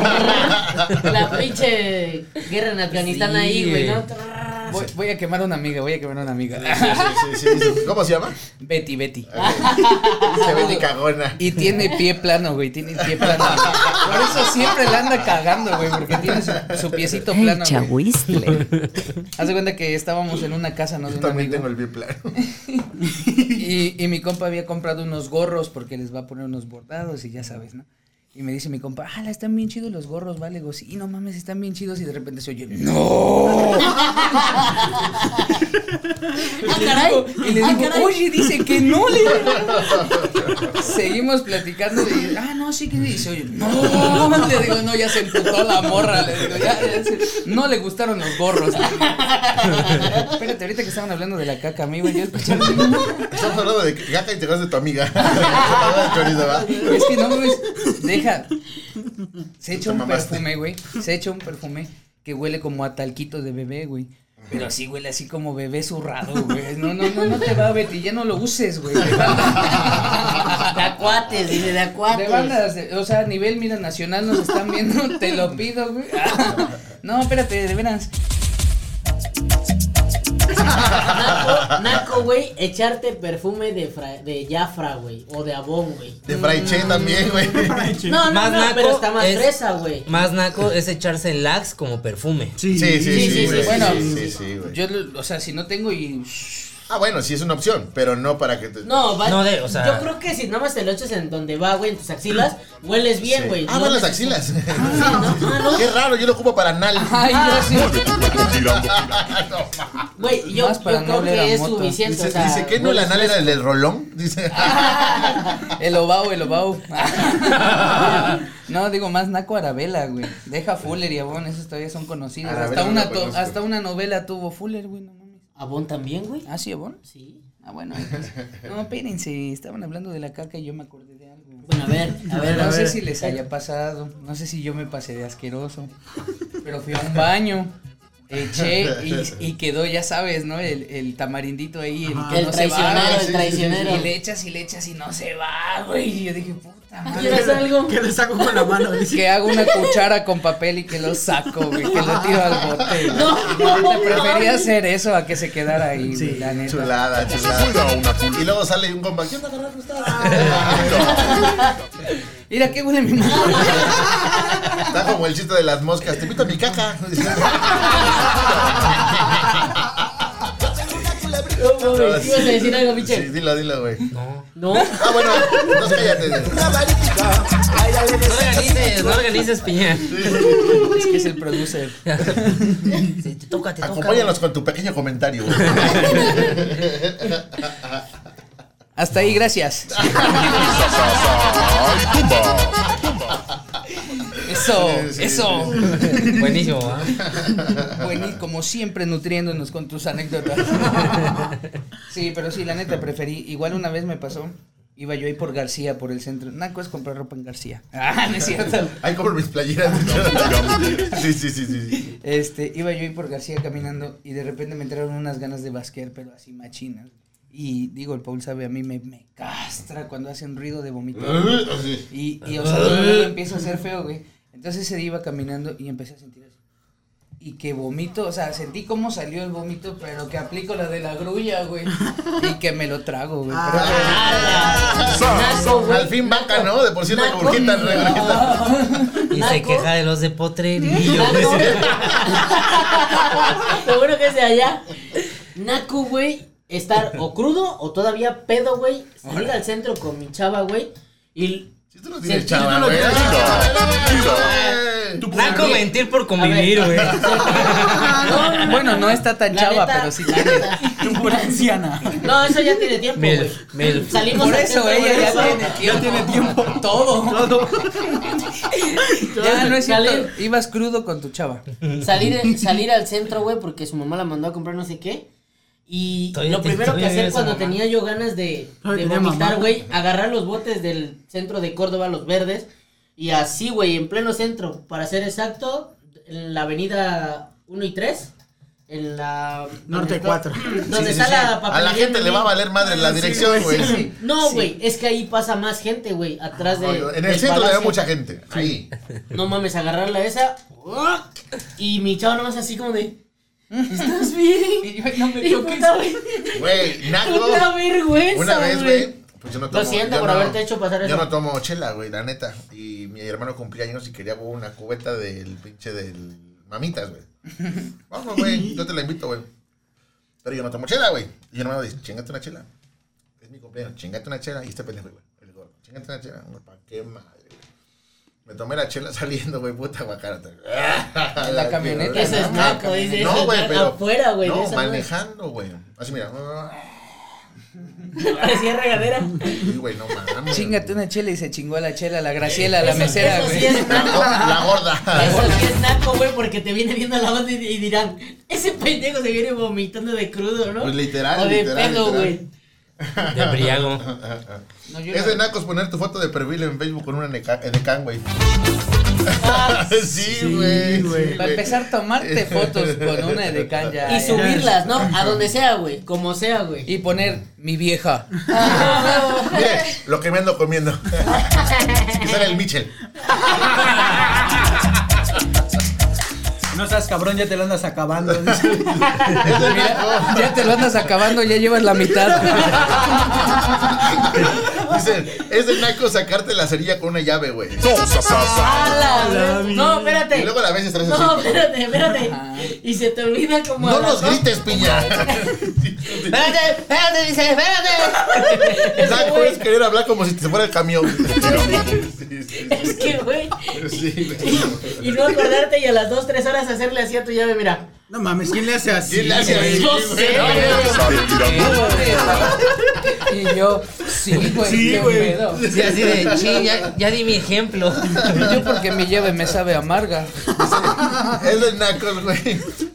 Ah. La pinche guerra en Afganistán Sí, ahí, güey, ¿no? güey. Ah, Voy, voy a quemar a una amiga, voy a quemar a una amiga. Sí, sí, sí, sí. ¿Cómo se llama? Betty, Betty. Se vende cagona. Y tiene pie plano, güey, tiene el pie plano. Por eso siempre la anda cagando, güey, porque tiene su, su piecito El plano. güey. Chahuistle. Haz de cuenta que estábamos en una casa, ¿no? De Yo un también amigo. tengo el biplano. Y, y mi compa había comprado unos gorros porque les va a poner unos bordados y ya sabes, ¿no? Y me dice mi compa, ah, están bien chidos los gorros, vale. Digo, sí, no mames, están bien chidos. Y de repente se oye, ¡No! ¡Ah, caray! Y le ¡Ah, digo, caray! oye, dice que no, le digo. Seguimos platicando y, ah, no, sí que dice, oye, no. Le digo, no, ya se emputó la morra. Le digo, ya, ya se- no le gustaron los gorros. Le digo. Espérate, ahorita que estaban hablando de la caca, a mí, güey, yo escuché, Estamos hablando de que caca y te vas de tu amiga. Se acabó el chorizo, ¿va? Es que no mames, deja. Se echa un mamaste. perfume, güey. Se echa un perfume que huele como a talquito de bebé, güey. Pero así huele así como bebé zurrado, güey. No, no, no, no te va, Betty. Ya no lo uses, güey. De De banda- acuates, dice, de de acuates. bandas, de- o sea, a nivel, mira, nacional nos están viendo. Te lo pido, güey. No, espérate, de veras. Naco, naco, güey, echarte perfume de, fra- de Jafra, güey, o de Avon, güey. De Fraiche también, güey. No, no, Más no, naco pero está más es- fresa, güey. Más naco es echarse el lax como perfume. Sí, sí, Sí, sí, sí, sí, güey. sí, Bueno, sí, sí, sí, güey. Yo, lo- o sea, si no tengo y. Ah, bueno, sí es una opción, pero no para que te. No, va, No, de- o sea- yo creo que si nada más te lo echas en donde va, güey, en tus axilas, hueles bien, Sí. güey. Ah, No van las te- axilas. Ah, no. Qué raro, yo lo ocupo para anal. Ay, yo sí. No, ma. Güey, yo, Más para yo no creo oler a que es moto. suficiente, Dice, o sea, dice que no el hueles anal bien. era el del rolón. Dice. El Obao, el Obao. No, digo más Naco Arabela, güey. Deja Fuller y Abón, esos todavía son conocidos. Arabella Hasta no una, la to- conozco. hasta una novela tuvo Fuller, güey, no mames. ¿Avon también, güey? ¿Ah, sí, Abón? Sí. Ah, bueno. entonces- No, espérense, estaban hablando de la caca y yo me acordé de algo. Bueno, a ver, a ver, no a sé ver. si les haya pasado, no sé si yo me pasé de asqueroso, pero fui a un baño, eché y, y quedó, ya sabes, ¿no? El, el tamarindito ahí, el que El no se va. traicionero, sí, sí, sí, el traicionero. Y le echas y le echas y no se va, güey. Y yo dije, puta madre. ¿Quieres algo? Que le saco con la mano, dice. Que hago una cuchara con papel y que lo saco, güey, que lo tiro al bote. güey. No, La neta, no, prefería no. hacer eso a que se quedara ahí, Sí, güey, la neta. "Ah, Chulada, chulada. Y luego sale un compa. ¿Qué onda, carajo? Está- Mira, qué huele mi madre. Está como el chiste de las moscas. Te invito a mi caca. Dice. No, güey, ibas a decir algo, Sí, Michel. dilo, dilo, güey. No. No. Ah, bueno, no cállate. No organices, no organices, piña. Es que es el producer. Sí, te toca, te toca. Acompáñanos con tu pequeño comentario. güey. Hasta ahí, gracias. Eso, Sí, sí, eso. Buenísimo, ¿ah? Bueno, y como siempre nutriéndonos con tus anécdotas. Sí, pero sí, la neta preferí. Igual una vez me pasó, iba yo ahí por García, por el centro. Naco es comprar ropa en García. Ah, no es cierto. Ahí compro mis playeras. sí, sí, sí, sí, sí. Este, iba yo ahí por García caminando y de repente me entraron unas ganas de basquear, pero así machinas. Y digo, el Paul sabe, a mí me, me castra cuando hacen ruido de vomitar. Así. Y, y, o sea, todo luego empiezo a hacer feo, güey. Entonces ese día iba caminando y empecé a sentir así. Y que vomito, o sea, sentí cómo salió el vómito, pero que aplico la de la grulla, güey. Y que me lo trago, güey. Pero- Naco, güey. Al fin vaca, ¿no? De por sí la Naco. gorjita, regorjita. Y se Naco. queja de los de potrerillo. Lo bueno que es de allá. Naco, güey, estar o crudo o todavía pedo, güey. Salir al centro con mi chava, güey. Y Si tú no tienes Sí, chava, tú no güey. tienes ¿eh? Ay, Tú- Naco mentir por convivir, A güey. bueno, no está tan Ah. La chava, neta, pero sí la tiene. neta. Por anciana. No, eso ya tiene tiempo, güey. Mil, mil. Salimos Por al eso centro, ella güey, ya eso. tiene tiempo. Todo. Ya no es Salir- cierto. Ibas crudo con tu chava. Salir, eh, salir al centro, güey, porque su mamá la mandó a comprar no sé qué. Y Todavía lo te- primero que todavía vive hacer esa cuando mamá. tenía yo ganas de, Todavía de tenía vomitar, mamá. güey, agarrar los botes del centro de Córdoba, los verdes, y así, güey, en pleno centro, para ser exacto, en la avenida 1 y 3, en la... Norte donde está- 4. Donde sí, está sí. la A la papelería gente le va a valer madre la dirección, güey. No, güey, es que ahí pasa más gente, güey, atrás de... Oye, Ah, En del el centro le ve palacio. mucha gente. Ahí. No mames, agarrarla esa. Y mi chavo nomás así como de. ¿Estás bien? Y yo, no me Y toques. puta, ver- Güey, naco. puta vergüenza. Una vez, güey. Pues yo no Lo tomo, siento yo por no- haberte hecho pasar eso. Yo no tomo chela, güey, la neta. Y mi hermano cumplía años y quería una cubeta del pinche del mamitas, güey. Vamos, güey, yo te la invito, güey. Pero yo no tomo chela, güey. Y mi hermano dice, chingate una chela. Es mi cumpleaños, chingate una chela. Y este pendejo, güey, el gordo, chingate una chela. No, pa' qué madre, güey. Me tomé la chela saliendo, güey, puta guacarata. En la camioneta, Eso es Ah, naco, dice. eso No, es güey, naco. pero. Afuera, güey. de No, esa manejando, güey. Así, mira. madre. Parecía regadera. Sí, güey, no mames. Chingate una chela y se chingó a la chela, la Graciela, la Eso- mesera, eso sí güey. es La, naco. gorda- la gorda. Eso sí es naco, güey, porque te viene viendo la banda y, y dirán: Ese pendejo se viene vomitando de crudo, ¿no? Pues literal, O de literal, pedo, literal. güey. De briago. No, yo Es no- de nacos poner tu foto de perfil en Facebook con una neca- de can, güey. Ah, Sí, güey. sí, güey. Para empezar a tomarte fotos con una de can ya. y ya. subirlas, ¿no? A donde sea, güey. Como sea, güey. Ah, Y poner mi vieja. Mire, lo que me ando comiendo. que sale el Michel. No seas cabrón, ya te lo andas acabando. Es de naco. Ya te lo andas acabando, ya llevas la mitad. Dicen, es de naco sacarte la cerilla con una llave, güey. ¡Hala! güey! No, espérate. Y luego la ves y traes No, así. espérate, espérate. Y se te olvida como. No a las nos dos. grites, piña. Espérate, espérate, dice, espérate. Naco es querer hablar como si te fuera el camión. Sí, sí, Es que, güey. sí. Sí, güey. Y, y no acordarte y a las 2, 3 horas hacerle así a tu llave, mira. No mames, ¿quién le hace así? ¿Quién le hace güey? así, Yo güey? sé, No, güey. no, no. Y yo, sí, güey. Sí, qué güey. pedo. Sí, así de, "Chin, ya, ya di mi ejemplo. Yo porque mi llave me sabe amarga. Es de nacos, güey.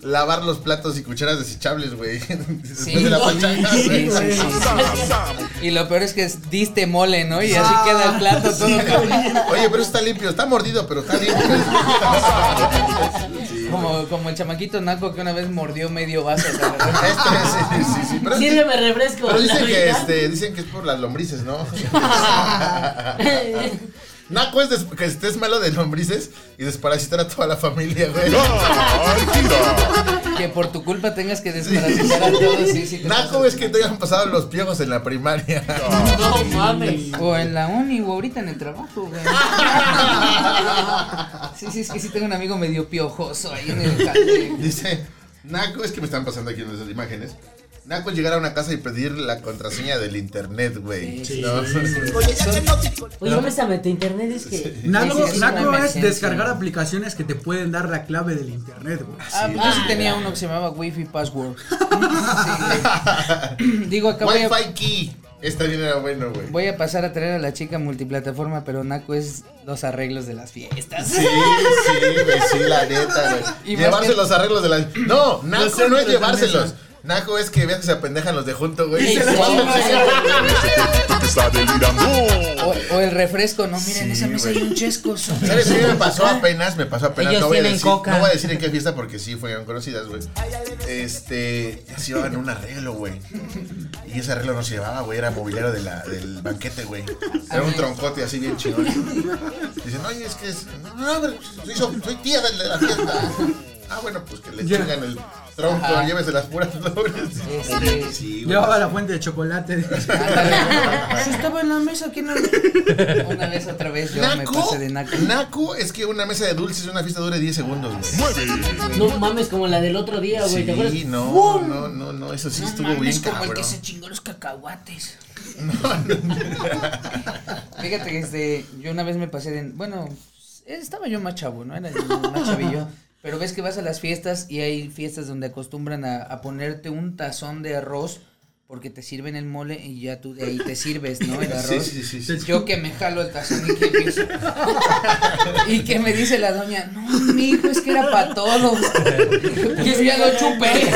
Lavar los platos y cucharas desechables, güey. Después Sí, de la güey. pachanga, Sí, güey. sí, sí. Y lo peor es que es- diste mole, ¿no? Y así queda el plato todo. Oye, pero está limpio. Está mordido, pero está limpio. Sí. Como, como el chamaquito naco que una vez mordió medio vaso. o sea, Este es, sí, sí, sí. Pero, Sírveme refresco. pero dicen, La que, verdad. este, dicen que es por las lombrices, ¿no? Naco es des- que estés malo de lombrices y desparasitar a toda la familia, güey. Que por tu culpa tengas que desparasitar a todos. Sí, sí, te Naco pasa. es que te hayan pasado los piojos en la primaria. No mames. O en la uni o ahorita en el trabajo, güey. Sí, sí, es que sí tengo un amigo medio piojoso ahí en el jardín. Dice, Naco, es que me están pasando aquí unas imágenes. Naco es llegar a una casa y pedir la contraseña del internet, güey. No, Oye, no me se mete internet, es que. Naco, Es una naco es emergencia. descargar aplicaciones que te pueden dar la clave del internet, güey. Ah, pues yo sí tenía uno que se llamaba Wi-Fi Password. Sí. Digo, acá voy a, Wi-Fi key. Esta bien era bueno, güey. Voy a pasar a traer a la chica multiplataforma, pero Naco es los arreglos de las fiestas. Sí, sí, güey, sí, la neta, Y güey. más Llevarse que- los arreglos de la. No, Naco Los centros no es de llevárselos. mesa. Naco es que veas que se apendejan los de junto, güey. Y se los Cuando chingan, se- güey. Tú te estás delirando. O, o el refresco, no, miren, Sí, esa mesa güey. hay un chesco. su- ¿Sabes qué me pasó apenas? Me pasó apenas. Ellos no, voy a tienen decir, coca. no voy a decir en qué fiesta porque sí fueron conocidas, güey. Este, ya se llevaban un arreglo, güey. Y ese arreglo no se llevaba, güey. Era mobiliario de la- del banquete, güey. Era un troncote así bien chingón. Dicen, oye, es que es. No, no, güey, soy, soy- soy tía del de la fiesta. Ah, bueno, pues que le Ya. chingan el tronco, Ajá. llévese las puras flores. Este. Sí, güey. Llevaba la fuente de chocolate. Ándale. Si estaba en la mesa, ¿quién era? Una vez, otra vez, yo me Naco, pasé de Naco. naco es que una mesa de dulces de una fiesta dure 10 segundos, güey. No mames, como la del otro día, güey. ¿Te acuerdas? Sí, no, ¡Fum! no, no, no, eso sí No estuvo mames, bien como el que cabrón. se chingó los cacahuates. Fíjate que este, yo una vez me pasé de, bueno, estaba yo más chavo, ¿no? Era yo más chavillo. Pero ves que vas a las fiestas y hay fiestas donde acostumbran a, a ponerte un tazón de arroz porque te sirven el mole y ya tú de ahí te sirves, ¿no? El Sí, arroz. sí, sí, sí. Yo que me jalo el tazón y que empiezo. Y que me dice la doña, no, mijo, es que era para todos. Y es que ya lo chupé.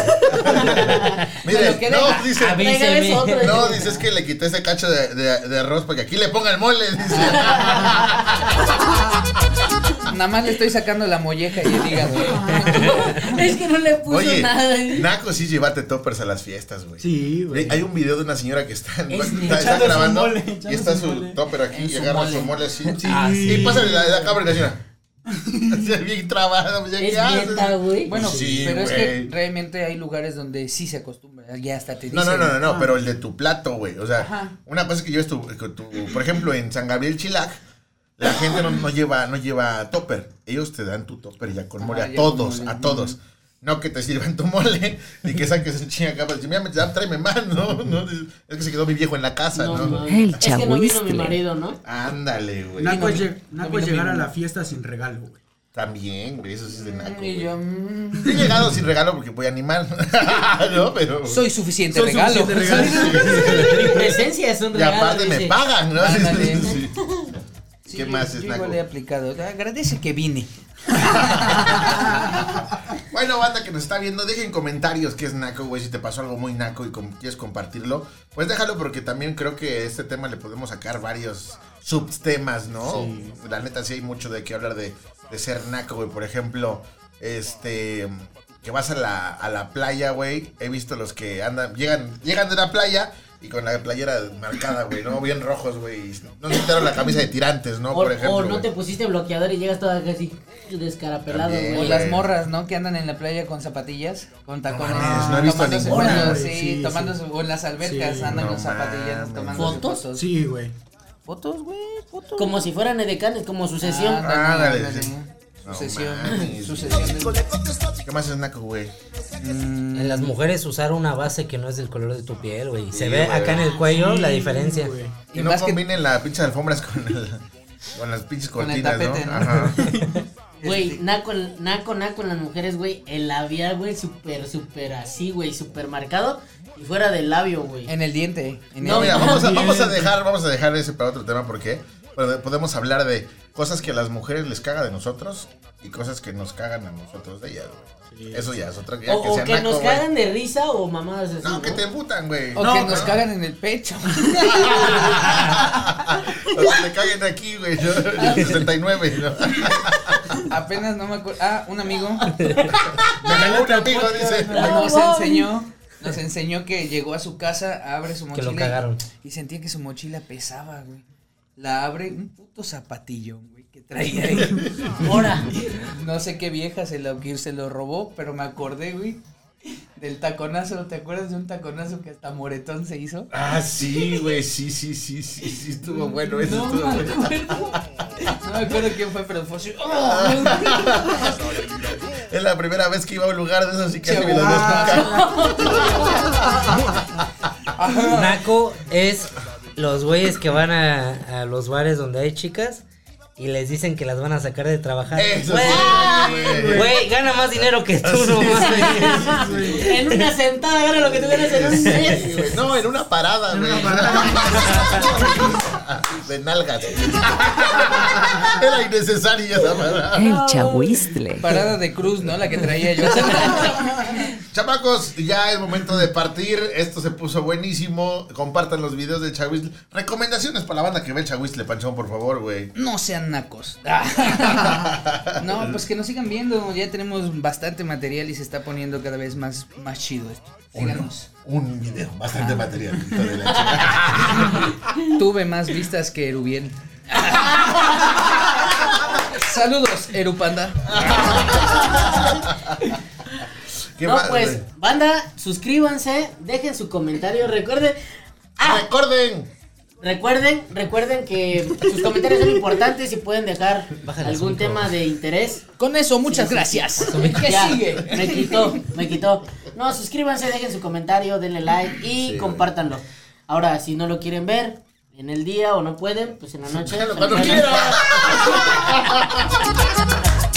Mire, Me lo quedé. no, dice, A ver. Regales Avíseme. otro. no, dice es que le quité ese cacho de, de- de arroz para que aquí le ponga el mole, dice. Nada más le estoy sacando la molleja y el hígado. Es que no le puso Oye, nada. naco sí llevarte toppers a las fiestas, güey. Sí, güey. Hay un video de una señora que está, en- Es está- neta. está Echando su grabando mole, y echando está su su mole. topper aquí En y su agarra mole. su mole así. Ah, Y sí. pásale la, la cámara y la señora. Está bien trabada, pues, ya Es qué haces. neta, güey. Bueno, Sí, pero es güey. que realmente hay lugares donde sí se acostumbra. Ya hasta te dicen. No, no, no, no, no, pero el de tu plato, güey. O sea, Ah. Ajá. una cosa es que lleves tu, que tu- Por ejemplo, en San Gabriel Chilac, la gente no, no lleva no lleva topper. Ellos te dan tu topper ya con Ah, mole a ya con todos, mole, a ujú. todos. No que te sirvan tu mole y que saques un chinga acá. pues, Mira, me da, tráeme más, ¿no? ¿no? Es que se quedó mi viejo en la casa, No, ¿no? mames. El Es que no vino mi chahuistle. marido, ¿no? Ándale, güey. Naco es, no, pues, lleg- no, Naco no, es no, llegar no. a la fiesta sin regalo, güey. También, güey, eso sí es de naco. Y güey. yo, mm, Yo He llegado sin regalo porque voy a animar. no, pero. soy suficiente Soy regalo. suficiente regalo. Mi presencia es un y regalo. aparte me dice. pagan, ¿no? Ándale. Sí. Sí, ¿Qué yo- más es yo naco? igual he aplicado. Agradece que vine. Bueno, banda que nos está viendo, dejen comentarios qué es naco, güey. Si te pasó algo muy naco y com- quieres compartirlo, pues déjalo porque también creo que a este tema le podemos sacar varios subtemas, ¿no? La neta sí hay mucho de qué hablar de, de ser naco, güey. Por ejemplo, este... Que vas a la, a la playa, güey. He visto los que andan, llegan, llegan de la playa y con la playera marcada, güey, ¿no? Bien rojos, güey. y No se quitaron la camisa de tirantes, ¿no? O, Por ejemplo. o no güey. te pusiste bloqueador y llegas toda casi descarapelado, También, O güey. las morras, ¿no? Que andan en la playa con zapatillas, con tacones. mames, no he visto tomándose ninguna, fotos, güey. sí, Sí, tomándose- sí. O en las albercas Sí, andan no con zapatillas mames. tomando ¿Fotos? fotos. Sí, güey. Fotos, güey, fotos. Como si fueran edecanes, como sucesión. Ah, Ándale, Ándale, ándale. sí. No Sucesión. mames. Sucesión. Mm, de- ¿Qué más es naco, güey? En las mujeres usar una base que no es del color de tu piel, güey. Se Sí, ve güey. acá en el cuello la diferencia. güey. Que Y no más que- combinen las pinches alfombras con, el- con las pinches Con el cortinas, tapete, ¿no? ¿no? Ajá. Güey, naco, naco, naco en las mujeres, güey. El labial, güey, súper, súper así, güey, súper marcado. Y fuera del labio, güey. En el diente. En No, el- mira, vamos a, vamos a dejar, vamos a dejar ese para otro tema porque bueno, podemos hablar de cosas que a las mujeres les caga de nosotros y cosas que nos cagan a nosotros de ellas, güey. Eso ya es otra ya O o que, sea naco, nos güey. cagan de risa o mamadas así. No, que ¿no? te emputan, güey. O No, que no. nos cagan en el pecho. O que te caguen aquí, güey. ¿no? En el 69, ¿no? Apenas no me acuerdo. Ah, un amigo Me ganó un amigo, dice. nos enseñó. Nos enseñó que llegó a su casa, abre su Que mochila. lo cagaron. Y sentía que su mochila pesaba, güey. La abre un puto zapatillo, güey, que traía ahí. Ahora, No sé qué vieja se lo, que se lo robó, pero me acordé, güey. Del taconazo, ¿te acuerdas de un taconazo que hasta moretón se hizo? Ah, sí, güey. Sí, sí, sí, sí, sí. Estuvo bueno eso. No me estuvo bueno. acuerdo. No me acuerdo quién fue, pero fue así. ¡ah! Es la primera vez que iba a un lugar de esos y casi Che, me lo desnuca. Naco es los güeyes que van a, a los bares donde hay chicas y les dicen que las van a sacar de trabajar. Eso sí, Güey, güey. güey, gana más dinero que tú, no mames. En una sentada gana lo que tú ganas en un Sí, mes. güey. No, en una parada, güey. una parada. De nalgas. Era innecesaria esa parada. El chagüistle. Parada de cruz, ¿no? La que traía yo. Chamacos, ya es momento de partir. Esto se puso buenísimo. Compartan los videos de Chahuistle. Recomendaciones para la banda que ve el Chahuistle, Panchón, por favor, güey. No sean nacos. No, pues que nos sigan viendo. Ya tenemos bastante material y se está poniendo cada vez más, más chido esto. Síganos. Un video, bastante material. hijo de la chingada. Tuve más vistas que Erubiel. Saludos, Erupanda. ¿Qué no, más, pues, güey? banda, suscríbanse, dejen su comentario, recuerden. Ah, Recuerden. recuerden, recuerden que sus comentarios son importantes y pueden dejar Bájale el algún micro. tema de interés. Con eso, muchas gracias. ¿Qué Ya, sigue? Me quitó, me quitó. No, suscríbanse, dejen su comentario, denle like y Sí, compártanlo. Ahora, si no lo quieren ver en el día o no pueden, pues en la noche. Déjalo cuando se lo quiera. pueden-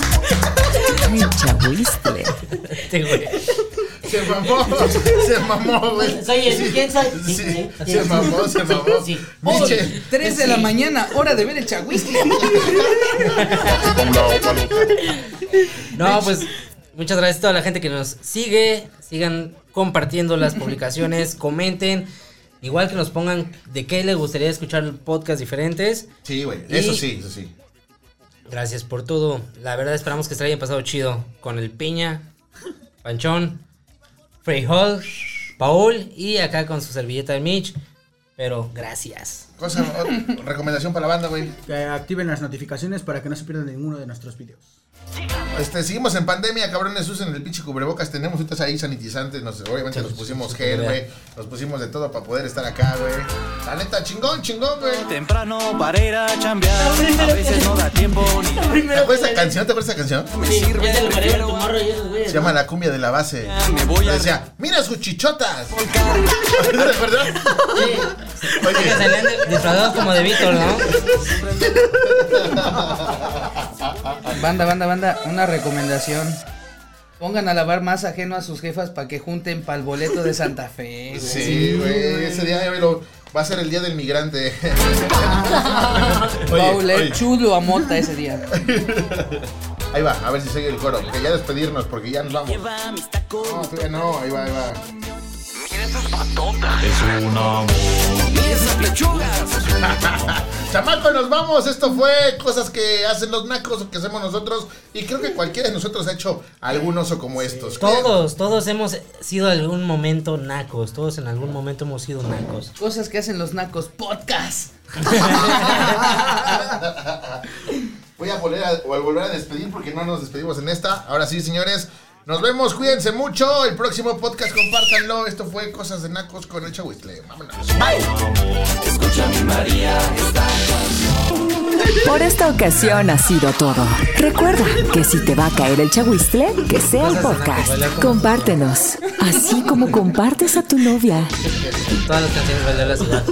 El chagüistle. Este güey. Se mamó. Se mamó, güey. Soy el, ¿quién soy? Sí, se mamó, se mamó. Sí. Miche. 3 de la mañana, hora de ver el chagüistle. pa' un lado, pa' el otro. No, pues muchas gracias a toda la gente que nos sigue. Sigan compartiendo las publicaciones, comenten. Igual que nos pongan de qué les gustaría escuchar podcasts diferentes. Sí, güey. Y- Eso sí, eso sí. Gracias por todo. La verdad esperamos que se la hayan pasado chido con el Piña, Panchón, Frey Hall, Paul y acá con su servilleta de Mitch. Pero gracias. Cosa, o- recomendación para la banda, güey. Que activen las notificaciones para que no se pierdan ninguno de nuestros videos. Este, seguimos en pandemia, cabrones, usen el pinche cubrebocas. Tenemos ahorita ahí sanitizantes, nos, obviamente nos pusimos gel, güey. Nos pusimos de todo para poder estar acá, güey. La neta, chingón, chingón, güey. Temprano para ir a chambear. A veces no da tiempo ni ¿Te acuerdas esa canción? ¿Te acuerdas esa canción? Sí, ya se lo paré al Tomorrow y esos güeyes, Se llama La cumbia de la base. me voy a Decía, mira sus chichotas. ¿No te acuerdas? Que Oye, salían de- disfrazados como de Víctor, ¿no? Banda, banda, banda, una recomendación. Pongan a lavar más ajeno a sus jefas para que junten para el boleto de Santa Fe. güey. sí, güey. Ese día ya me lo- va a ser el día del migrante. Va a Oye, oler oye. chulo a mota ese día. Ahí va, a ver si sigue el coro. Porque ya despedirnos, porque ya nos vamos. No, todavía no, ahí va, ahí va. Es un amor. Chamaco, nos vamos. Esto fue cosas que hacen los nacos o que hacemos nosotros. Y creo que cualquiera de nosotros ha hecho algún oso como estos. Todos, todos hemos sido en algún momento nacos. Todos en algún momento hemos sido nacos. Cosas que hacen los nacos podcast. Voy a volver a, o a volver a despedir porque no nos despedimos en esta. Ahora sí, señores. Nos vemos, cuídense mucho. El próximo podcast, compártanlo. Esto fue Cosas de Nacos con el Chahuistle. Vámonos. Por esta ocasión ha sido todo. Recuerda que si te va a caer el chagüistle, que sea el podcast. Compártenos, así como compartes a tu novia. Todas las canciones de la ciudad.